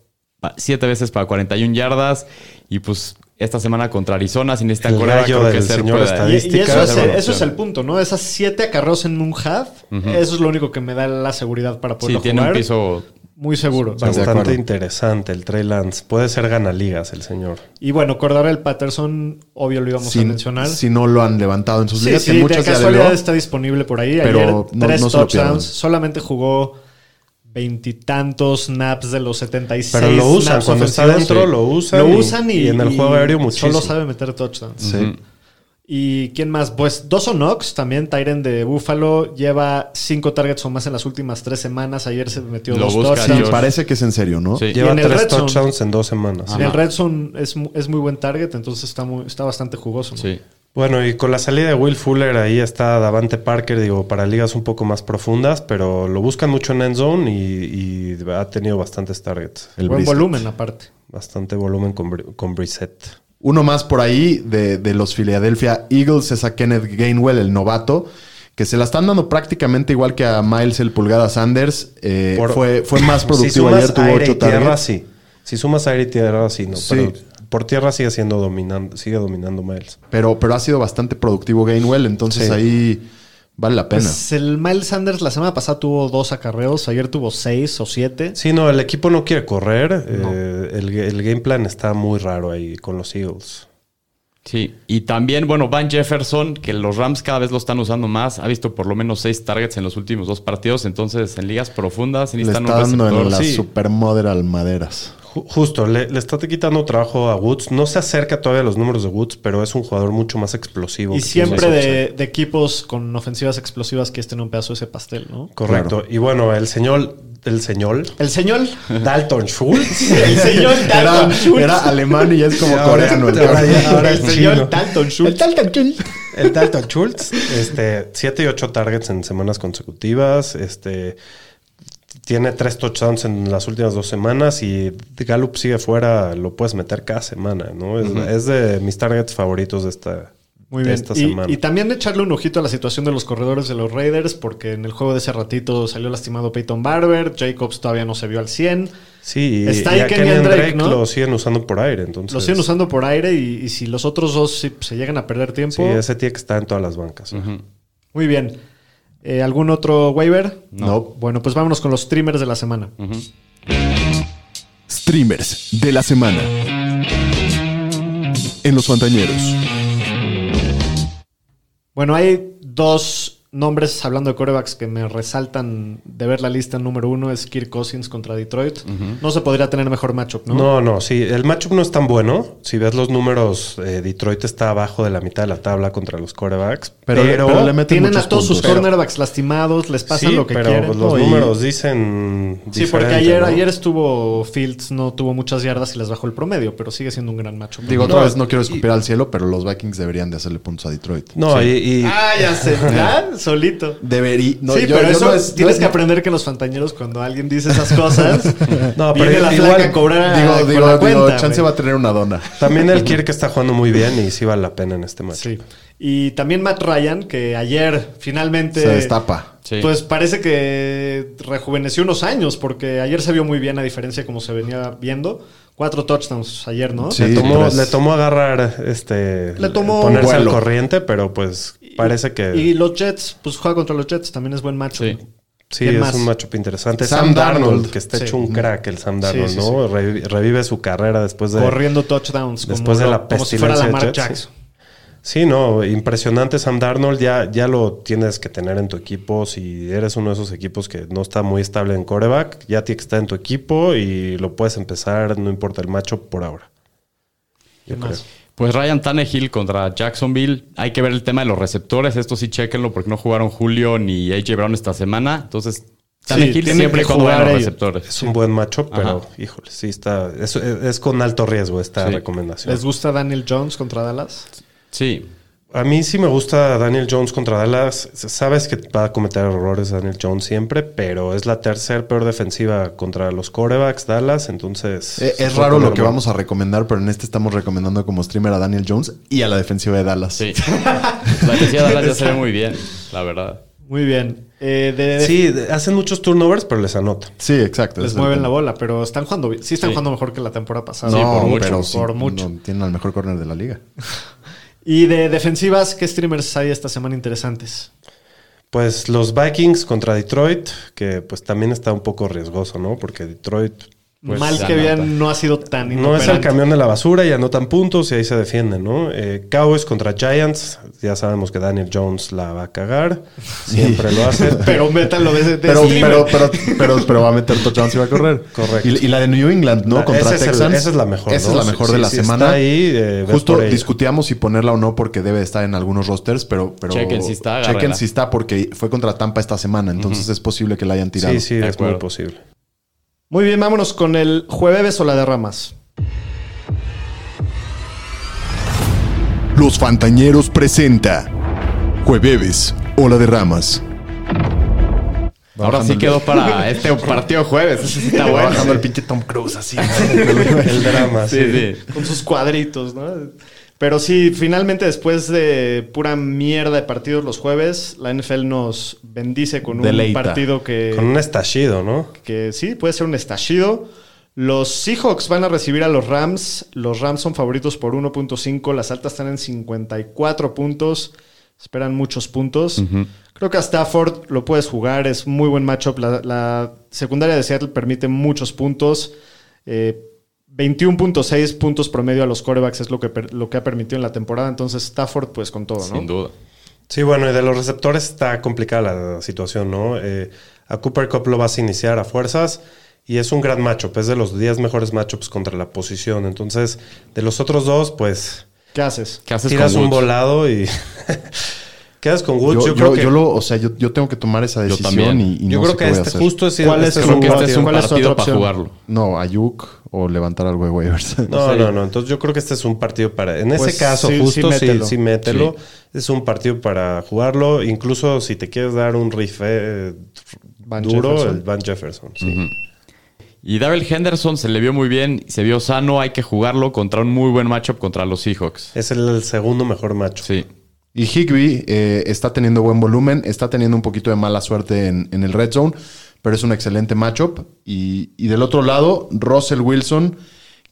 Speaker 4: 7 veces para 41 yardas y pues esta semana contra Arizona, si necesitan
Speaker 2: El
Speaker 4: coreback,
Speaker 2: gallo
Speaker 4: creo que
Speaker 2: del
Speaker 4: ser
Speaker 2: señor
Speaker 1: Y,
Speaker 2: estadista.
Speaker 4: puede.
Speaker 1: y eso,
Speaker 2: Estadísticas,
Speaker 1: es,
Speaker 2: evaluación.
Speaker 1: eso es el punto, ¿no? Esas siete acarreos en un half, eso es lo único que me da la seguridad para
Speaker 4: Sí,
Speaker 1: poder
Speaker 4: tiene un piso
Speaker 1: Muy seguro.
Speaker 2: Bastante
Speaker 3: acuerdo.
Speaker 2: interesante el Trey Lance. Puede ser ganaligas el señor.
Speaker 1: Y bueno, acordar el Patterson, obvio lo íbamos
Speaker 3: Si,
Speaker 1: a mencionar.
Speaker 3: si no lo han levantado en sus
Speaker 1: Sí,
Speaker 3: ligas, que
Speaker 1: sí, de
Speaker 3: Pues muchas ya
Speaker 1: casualidad
Speaker 3: debió.
Speaker 1: está disponible por ahí.
Speaker 3: Pero
Speaker 1: Ayer,
Speaker 3: no-
Speaker 1: tres
Speaker 3: no se lo pierdan.
Speaker 1: touchdowns. Solamente jugó veintitantos snaps de los 76.
Speaker 2: Pero lo usan,
Speaker 1: snaps
Speaker 2: cuando está
Speaker 1: ofensivos.
Speaker 2: dentro lo usan
Speaker 1: Lo
Speaker 2: y-
Speaker 1: usan y,
Speaker 2: y en el juego aéreo muchísimo.
Speaker 1: Solo sabe meter touchdowns.
Speaker 3: Sí.
Speaker 1: ¿Y quién más? Pues Dawson Knox, también Tyren de Buffalo, lleva cinco targets o más en las últimas tres semanas. Ayer se metió
Speaker 4: Lo
Speaker 1: dos
Speaker 4: busca
Speaker 1: touchdowns.
Speaker 4: Dios.
Speaker 3: Parece que es en serio, ¿no?
Speaker 4: Sí.
Speaker 2: Lleva
Speaker 1: en el
Speaker 2: tres
Speaker 1: red zone. Ah.
Speaker 2: touchdowns en dos semanas.
Speaker 1: El Red Zone es, mu- es muy buen target, entonces está, muy- está bastante jugoso. ¿no?
Speaker 4: Sí.
Speaker 2: Bueno, y con la salida de Will Fuller, ahí está Davante Parker, digo, para ligas un poco más profundas, pero lo buscan mucho en end zone y, y ha tenido bastantes targets.
Speaker 3: El
Speaker 1: Buen
Speaker 3: brisket.
Speaker 1: volumen aparte.
Speaker 2: Bastante volumen con, Bri- con Brissett.
Speaker 3: Uno más por ahí de, de los Philadelphia Eagles es a Kenneth Gainwell, el novato, que se la están dando prácticamente igual que a Miles el Pulgada Sanders. Eh,
Speaker 2: Por-
Speaker 3: fue, fue más
Speaker 2: Si
Speaker 3: productivo
Speaker 2: sumas
Speaker 3: ayer, tuvo
Speaker 2: aire y
Speaker 3: 8
Speaker 2: tierra,
Speaker 3: targets.
Speaker 2: sí. Si sumas aire y tierra, sí, no.
Speaker 3: Sí.
Speaker 2: Pero por tierra sigue siendo dominando, sigue dominando Miles.
Speaker 3: Pero, pero ha sido bastante productivo Gainwell, entonces
Speaker 2: Sí.
Speaker 3: ahí vale la pena.
Speaker 1: Pues el Miles Sanders la semana pasada tuvo dos acarreos, ayer tuvo seis o siete.
Speaker 2: Sí, no, el equipo no quiere correr. eh, el, el game plan está muy raro ahí con los Eagles.
Speaker 4: Sí, y también, bueno, Van Jefferson, que los Rams cada vez lo están usando más, ha visto por lo menos seis targets en los últimos dos partidos, entonces en ligas profundas
Speaker 3: Le
Speaker 4: necesitan
Speaker 3: está
Speaker 4: un
Speaker 3: dando
Speaker 4: receptor.
Speaker 3: en las
Speaker 4: Sí.
Speaker 3: supermoder almaderas.
Speaker 2: Ju- Justo, le, le está quitando trabajo a Woods. No se acerca todavía a los números de Woods, pero es un jugador mucho más explosivo.
Speaker 1: Y
Speaker 2: que tiene
Speaker 1: siempre
Speaker 2: más
Speaker 1: de, de equipos con ofensivas explosivas que este no un pedazo de ese pastel, ¿no?
Speaker 2: upside. Correcto. Y bueno, el señor... El señor...
Speaker 1: El señor.
Speaker 2: Dalton Schultz.
Speaker 1: El señor
Speaker 3: Era,
Speaker 1: Dalton Schultz.
Speaker 3: era alemán y ya es como
Speaker 2: Ahora-
Speaker 3: coreano. el
Speaker 2: ahora
Speaker 3: cabrón.
Speaker 2: ya- ahora
Speaker 1: el
Speaker 2: es
Speaker 1: señor
Speaker 2: chino.
Speaker 1: Dalton Schultz.
Speaker 2: El Dalton Schultz. Este, 7 y 8 targets en semanas consecutivas. Este, tiene 3 touchdowns en las últimas dos semanas y Gallup sigue fuera. Lo puedes meter cada semana, ¿no? Es, es de mis targets favoritos de esta,
Speaker 1: Muy
Speaker 2: de
Speaker 1: bien.
Speaker 2: esta
Speaker 1: Y-
Speaker 2: semana.
Speaker 1: y, también echarle un ojito a la situación de los corredores de los Raiders, porque en el juego de ese ratito salió lastimado Peyton Barber, Jacobs todavía no se vio al 100.
Speaker 2: sí, y,
Speaker 1: Está
Speaker 2: y
Speaker 1: ahí
Speaker 2: a
Speaker 1: Kenyan
Speaker 2: Kenyan
Speaker 1: Drake,
Speaker 2: Drake,
Speaker 1: ¿no?
Speaker 2: lo siguen usando por aire. Entonces,
Speaker 1: Lo siguen usando por aire y, y si los otros dos sí, pues, se llegan a perder tiempo.
Speaker 2: Sí, ese tiene que estar en todas las bancas.
Speaker 1: Muy bien. Eh, ¿Algún otro waiver?
Speaker 3: No.
Speaker 1: Bueno, pues vámonos con los streamers de la semana.
Speaker 3: Streamers de la semana. En los Fantañeros.
Speaker 1: Bueno, hay dos nombres hablando de corebacks que me resaltan de ver la lista número uno es Kirk Cousins contra Detroit. No se podría tener mejor matchup, ¿no?
Speaker 2: No, no, sí, el matchup no es tan bueno. Si ves los números, eh, Detroit está abajo de la mitad de la tabla contra los corebacks.
Speaker 3: Pero,
Speaker 2: Pero,
Speaker 3: le- pero le meten
Speaker 1: Tienen
Speaker 3: muchos
Speaker 1: a todos sus
Speaker 3: puntos.
Speaker 1: cornerbacks lastimados, les pasan
Speaker 2: sí,
Speaker 1: lo que
Speaker 2: pero
Speaker 1: quieren.
Speaker 2: los
Speaker 1: ¿no? Y-
Speaker 2: números dicen.
Speaker 1: Sí, porque
Speaker 2: diferente,
Speaker 1: ayer,
Speaker 2: ¿no?
Speaker 1: ayer estuvo Fields, no tuvo muchas yardas y les bajó el promedio, pero sigue siendo un gran matchup.
Speaker 3: Digo, otra vez no quiero escupir al cielo, pero los Vikings deberían de hacerle puntos a Detroit.
Speaker 2: No, y, y-
Speaker 1: Ah, ya sé, ¿verdad? Solito.
Speaker 3: Debería.
Speaker 1: sí, pero eso tienes que aprender que los fantañeros, cuando alguien dice esas cosas,
Speaker 2: No, pero
Speaker 1: viene la
Speaker 2: igual,
Speaker 1: flaca a cobrar a-
Speaker 3: Digo,
Speaker 1: con
Speaker 3: digo,
Speaker 1: la
Speaker 3: digo,
Speaker 1: cuenta,
Speaker 3: chance
Speaker 1: güey.
Speaker 3: va a tener una dona.
Speaker 2: también el Kirk está jugando muy bien y sí vale la pena en este match.
Speaker 1: Sí. Y también Matt Ryan, que ayer finalmente.
Speaker 3: Se destapa.
Speaker 4: Sí.
Speaker 1: Pues parece que rejuveneció unos años, porque ayer se vio muy bien, a diferencia de como se venía viendo. Cuatro touchdowns ayer, ¿no?
Speaker 3: Sí.
Speaker 2: Le tomó,
Speaker 3: tres.
Speaker 2: le tomó agarrar este.
Speaker 1: Le tomó
Speaker 2: ponerse
Speaker 3: un vuelo.
Speaker 2: al corriente, pero pues parece que.
Speaker 1: Y los Jets, pues juega contra los Jets, también es buen macho.
Speaker 4: Sí.
Speaker 2: Sí,
Speaker 1: ¿Quién
Speaker 2: es
Speaker 1: más?
Speaker 2: un matchup interesante.
Speaker 3: Sam
Speaker 2: Sam, Darnold,
Speaker 3: Darnold.
Speaker 2: que está
Speaker 1: Sí.
Speaker 2: hecho un crack el Sam Darnold,
Speaker 1: sí,
Speaker 2: ¿no?
Speaker 1: sí.
Speaker 2: Revi- Revive su carrera después de.
Speaker 1: Corriendo touchdowns.
Speaker 2: Después de
Speaker 1: lo-
Speaker 2: la
Speaker 1: como si fuera
Speaker 2: pestilencia de
Speaker 1: Lamar
Speaker 2: Jets, sí.
Speaker 1: Jackson.
Speaker 2: Sí, no, impresionante Sam Darnold, ya, ya lo tienes que tener en tu equipo, si eres uno de esos equipos que no está muy estable en coreback, ya tiene que estar en tu equipo y lo puedes empezar, no importa el macho por ahora.
Speaker 1: ¿Qué más?
Speaker 4: Pues Ryan Tannehill contra Jacksonville. Hay que ver el tema de los receptores. Esto sí, chequenlo porque no jugaron Julio ni AJ Brown esta semana. Entonces, Tannehill
Speaker 1: tienen
Speaker 4: siempre
Speaker 1: que
Speaker 4: y cuando vayan
Speaker 1: jugar
Speaker 4: los
Speaker 1: ellos.
Speaker 4: receptores.
Speaker 2: Es un buen macho, pero
Speaker 4: Ajá.
Speaker 2: híjole, sí está, es, es- es con alto riesgo esta
Speaker 4: Sí.
Speaker 2: recomendación.
Speaker 1: ¿Les gusta Daniel Jones contra Dallas?
Speaker 4: Sí.
Speaker 2: A mí sí me gusta Daniel Jones contra Dallas. Sabes que va a cometer errores Daniel Jones siempre, pero es la tercer peor defensiva contra los corebacks Dallas, entonces...
Speaker 3: Eh, es raro lo que vamos a recomendar, pero en este estamos recomendando como streamer a Daniel Jones y a la defensiva de Dallas.
Speaker 4: Sí. La decía Dallas ya se ve muy bien, la verdad.
Speaker 1: Muy bien. Eh, de-
Speaker 2: Sí, de- hacen muchos turnovers, pero les anota.
Speaker 3: Sí, exacto.
Speaker 1: Les
Speaker 3: es el
Speaker 1: mueven
Speaker 3: tema.
Speaker 1: la bola, pero están jugando bien. Sí están
Speaker 4: Sí.
Speaker 1: jugando mejor que la temporada pasada.
Speaker 3: No,
Speaker 4: por mucho,
Speaker 3: pero sí,
Speaker 1: por mucho.
Speaker 3: no, tienen al mejor corner de la liga.
Speaker 1: Y de defensivas, ¿qué streamers hay esta semana interesantes?
Speaker 2: Pues los Vikings contra Detroit, que pues también está un poco riesgoso, ¿no? Porque Detroit
Speaker 4: Pues,
Speaker 1: Mal
Speaker 4: la
Speaker 1: que
Speaker 4: nota.
Speaker 1: bien no ha sido tan
Speaker 2: No es el
Speaker 1: inoperante.
Speaker 2: camión de la basura y anotan puntos y ahí se defienden, ¿no? Eh, Cowboys contra Giants. Ya sabemos que Daniel Jones la va a cagar. Siempre lo hace.
Speaker 1: Pero métanlo de ese de
Speaker 3: Pero,
Speaker 1: ese-
Speaker 3: pero, pero, pero, pero va a meter touchdowns y va a correr.
Speaker 2: Correcto.
Speaker 3: Y, y la de New England, ¿no?
Speaker 2: La-
Speaker 3: Contra
Speaker 2: ese es el-
Speaker 3: Texans.
Speaker 2: esa es la mejor,
Speaker 3: Esa
Speaker 2: ¿no?
Speaker 3: es la mejor
Speaker 2: Sí,
Speaker 3: de la
Speaker 2: sí, está
Speaker 3: semana.
Speaker 2: ahí, eh, ve
Speaker 3: Justo
Speaker 2: por ella.
Speaker 3: discutíamos si ponerla o no porque debe de estar en algunos rosters, pero. pero
Speaker 4: Chequen si está,
Speaker 3: chequen
Speaker 4: agárrenla.
Speaker 3: si está porque fue contra Tampa esta semana, entonces es posible que la hayan tirado.
Speaker 2: sí, sí,
Speaker 4: De
Speaker 2: es muy
Speaker 4: acuerdo.
Speaker 2: posible.
Speaker 1: Muy bien, vámonos con el jueves o la de ramas.
Speaker 3: Los Fantañeros presenta Jueves, Ola de Ramas.
Speaker 4: Ahora sí quedó para este partido jueves. Eso sí está bueno.
Speaker 3: Bajando el pinche Tom Cruise así.
Speaker 2: El drama, sí.
Speaker 4: Sí, sí.
Speaker 1: con sus cuadritos, ¿no? Pero sí, finalmente después de pura mierda de partidos los jueves, la NFL nos bendice con un
Speaker 3: Deleita.
Speaker 1: partido que,
Speaker 2: Con un estallido, ¿no?
Speaker 1: que sí, puede ser un estallido. Los Seahawks van a recibir a los Rams. Los Rams son favoritos por 1.5. Las altas están en 54 puntos. Esperan muchos puntos. Creo que a Stafford lo puedes jugar. Es muy buen matchup. La, la secundaria de Seattle permite muchos puntos. Eh, 21.6 puntos promedio a los corebacks es lo que, per- lo que ha permitido en la temporada. Entonces Stafford pues con todo, ¿no?
Speaker 4: Sin duda.
Speaker 2: Sí, bueno, y de los receptores está complicada la situación, ¿no? Eh, a Cooper Cup lo vas a iniciar a fuerzas y es un gran matchup, es de los 10 mejores matchups contra la posición. Entonces, de los otros dos, pues
Speaker 1: ¿Qué haces?
Speaker 4: ¿Qué haces
Speaker 2: tiras
Speaker 4: con
Speaker 2: un
Speaker 4: Woods?
Speaker 2: volado y quedas con Woods.
Speaker 3: Yo,
Speaker 2: Yo,
Speaker 3: yo-
Speaker 2: creo que,
Speaker 3: yo lo, o sea, yo, yo tengo que tomar esa
Speaker 4: Yo
Speaker 3: decisión
Speaker 4: también.
Speaker 3: y, y
Speaker 2: yo
Speaker 3: no
Speaker 2: creo
Speaker 3: sé
Speaker 2: que
Speaker 3: qué voy a
Speaker 2: este,
Speaker 3: hacer.
Speaker 2: justo es,
Speaker 1: ¿Cuál es
Speaker 4: Creo que este es un
Speaker 1: ¿Cuál es tu
Speaker 4: partido
Speaker 1: otra
Speaker 4: para
Speaker 1: opción?
Speaker 4: jugarlo.
Speaker 3: No, Ayuk o levantar algo de waivers.
Speaker 2: No, no, no. Entonces yo creo que este es un partido para. En
Speaker 1: Pues
Speaker 2: ese caso,
Speaker 1: sí, sí,
Speaker 2: justo sí,
Speaker 1: mételo.
Speaker 2: sí, mételo. Es un partido para jugarlo. Incluso si te quieres dar un riff eh,
Speaker 1: Van
Speaker 2: duro,
Speaker 1: Jefferson.
Speaker 2: el Van Jefferson. Sí.
Speaker 4: Y Darrell Henderson se le vio muy bien, se vio sano, hay que jugarlo contra un muy buen matchup contra los Seahawks.
Speaker 2: Es el, el segundo mejor macho.
Speaker 4: Sí.
Speaker 3: Y Higby eh, está teniendo buen volumen, está teniendo un poquito de mala suerte en, en el red zone, pero es un excelente matchup. Y, y del otro lado, Russell Wilson,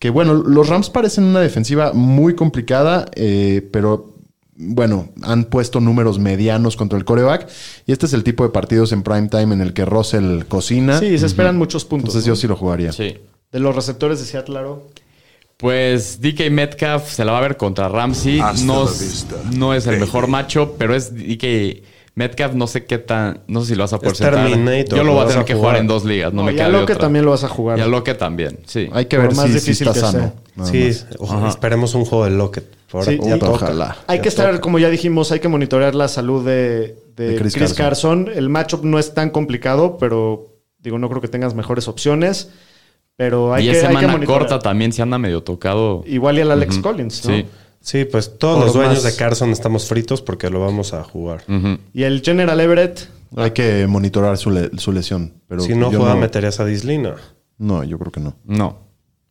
Speaker 3: que bueno, los Rams parecen una defensiva muy complicada, eh, pero bueno, han puesto números medianos contra el coreback. Y este es el tipo de partidos en prime time en el que Russell cocina.
Speaker 1: Sí, se esperan muchos puntos.
Speaker 3: Entonces
Speaker 1: ¿no?
Speaker 3: yo sí lo jugaría.
Speaker 4: Sí.
Speaker 1: De los receptores de Seattle, claro.
Speaker 4: Pues DK Metcalf se la va a ver contra Ramsey.
Speaker 7: Hasta
Speaker 4: No,
Speaker 7: la
Speaker 4: es-
Speaker 7: vista,
Speaker 4: no es el
Speaker 7: baby.
Speaker 4: mejor matchup, pero es DK Metcalf, no sé qué tan. No sé si lo vas a poder sentar.
Speaker 2: Terminator,
Speaker 4: Yo lo
Speaker 2: lo
Speaker 4: voy a
Speaker 2: vas
Speaker 4: tener
Speaker 2: a
Speaker 4: que jugar
Speaker 2: jugar.
Speaker 4: en dos ligas, no,
Speaker 1: No,
Speaker 4: me
Speaker 1: y
Speaker 4: queda.
Speaker 1: a
Speaker 4: de
Speaker 1: Loque
Speaker 4: otra.
Speaker 1: también lo vas a jugar.
Speaker 4: Y a Loque también, sí.
Speaker 3: Hay que
Speaker 1: Por
Speaker 3: ver
Speaker 1: más
Speaker 3: si, si
Speaker 1: difícil
Speaker 3: está
Speaker 1: que sea.
Speaker 3: sano. nada
Speaker 2: Sí,
Speaker 3: más.
Speaker 2: ojalá, esperemos un juego de Lockett. Por
Speaker 1: Sí,
Speaker 2: ahora,
Speaker 1: ya
Speaker 2: toca.
Speaker 3: ojalá.
Speaker 1: Hay
Speaker 2: Ya
Speaker 1: que estar,
Speaker 2: toca.
Speaker 1: como ya dijimos, hay que monitorear la salud de, de
Speaker 3: De
Speaker 1: Chris,
Speaker 3: Chris
Speaker 1: Carson. El matchup no es tan complicado, pero digo, no creo que tengas mejores opciones. Pero hay
Speaker 4: y
Speaker 1: que,
Speaker 4: es
Speaker 1: hay que
Speaker 4: semana
Speaker 1: monitorear.
Speaker 4: corta también, se anda medio tocado.
Speaker 1: Igual y el Alex Collins, ¿no?
Speaker 4: Sí.
Speaker 2: Sí, pues todos
Speaker 1: Por
Speaker 2: los
Speaker 1: más-
Speaker 2: dueños de Carson estamos fritos porque lo vamos a jugar.
Speaker 4: Ujú.
Speaker 1: Y el General Everett,
Speaker 3: Hay que monitorar su, le- su lesión. Pero
Speaker 2: Si no
Speaker 3: yo
Speaker 2: juega, meterías a Dislina.
Speaker 3: No, yo creo que no.
Speaker 4: No.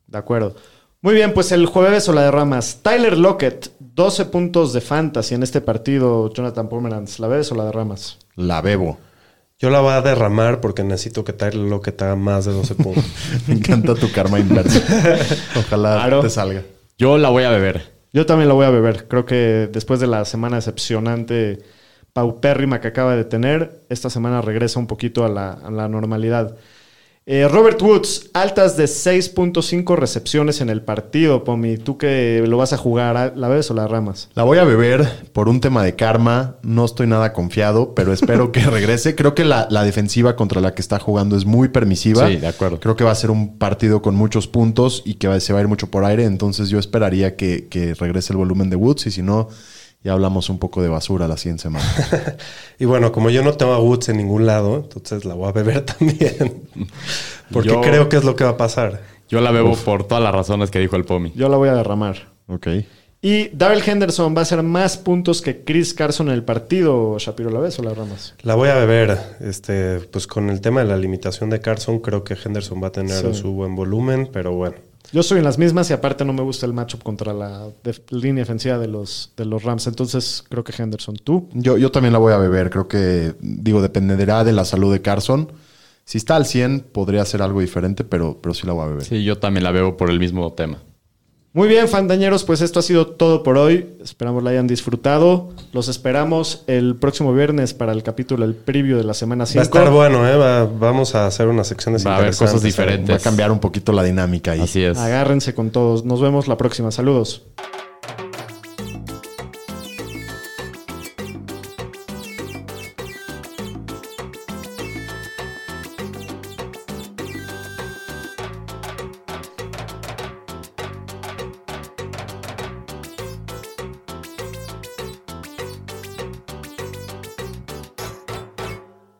Speaker 1: de acuerdo. Muy bien, pues el jueves o la de ramas. Tyler Lockett, 12 puntos de fantasy en este partido. Jonathan Pomeranz, ¿la bebes o la de ramas?
Speaker 3: La bebo.
Speaker 2: Yo la voy a derramar porque necesito que Tyler Lockett haga más de 12 puntos.
Speaker 3: Me encanta tu karma inverso. Ojalá
Speaker 1: Claro.
Speaker 3: te salga.
Speaker 4: Yo la voy a beber.
Speaker 1: Yo también la voy a beber. Creo que después de la semana decepcionante, paupérrima que acaba de tener, esta semana regresa un poquito a la, a la normalidad. Eh, Robert Woods, altas de 6.5 recepciones en el partido, Pomi. ¿Tú que lo vas a jugar? ¿a- ¿La bebes o la ramas?
Speaker 3: La voy a beber por un tema de karma. No estoy nada confiado, pero espero que regrese. Creo que la, la defensiva contra la que está jugando es muy permisiva.
Speaker 4: Sí, de acuerdo.
Speaker 3: Creo que va a ser un partido con muchos puntos y que va- se va a ir mucho por aire. Entonces yo esperaría que, que regrese el volumen de Woods y si no, ya hablamos un poco de basura la siguiente semana.
Speaker 2: Y bueno, como yo no tengo a Woods en ningún lado, entonces la voy a beber también. Porque
Speaker 4: Yo-
Speaker 2: creo que es lo que va a pasar.
Speaker 4: Yo la bebo por todas las razones que dijo el Pomi.
Speaker 1: Yo la voy a derramar.
Speaker 3: ok.
Speaker 1: Y Darrell Henderson va a hacer más puntos que Chris Carson en el partido. Shapiro, ¿la bebes o la ramas?
Speaker 2: La voy a beber. Este, pues con el tema de la limitación de Carson, creo que Henderson va a tener
Speaker 1: Sí.
Speaker 2: su buen volumen, pero bueno.
Speaker 1: Yo soy en las mismas y aparte no me gusta el matchup contra la def- línea ofensiva de los, de los Rams. Entonces creo que Henderson, tú.
Speaker 3: Yo, yo también la voy a beber. Creo que, digo, dependerá de la salud de Carson. Si está al 100, podría ser algo diferente, pero, pero sí la voy a beber.
Speaker 4: Sí, yo también la bebo por el mismo tema.
Speaker 1: Muy bien, fandañeros, pues esto ha sido todo por hoy. Esperamos la hayan disfrutado. Los esperamos el próximo viernes para el capítulo, el preview de la semana 5.
Speaker 2: Va a estar bueno, ¿eh? Va- vamos a hacer unas secciones
Speaker 4: Va a haber cosas
Speaker 2: interesantes.
Speaker 4: diferentes.
Speaker 3: Va a cambiar un poquito la dinámica ahí.
Speaker 4: Así es.
Speaker 1: Agárrense con todos. Nos vemos la próxima. Saludos.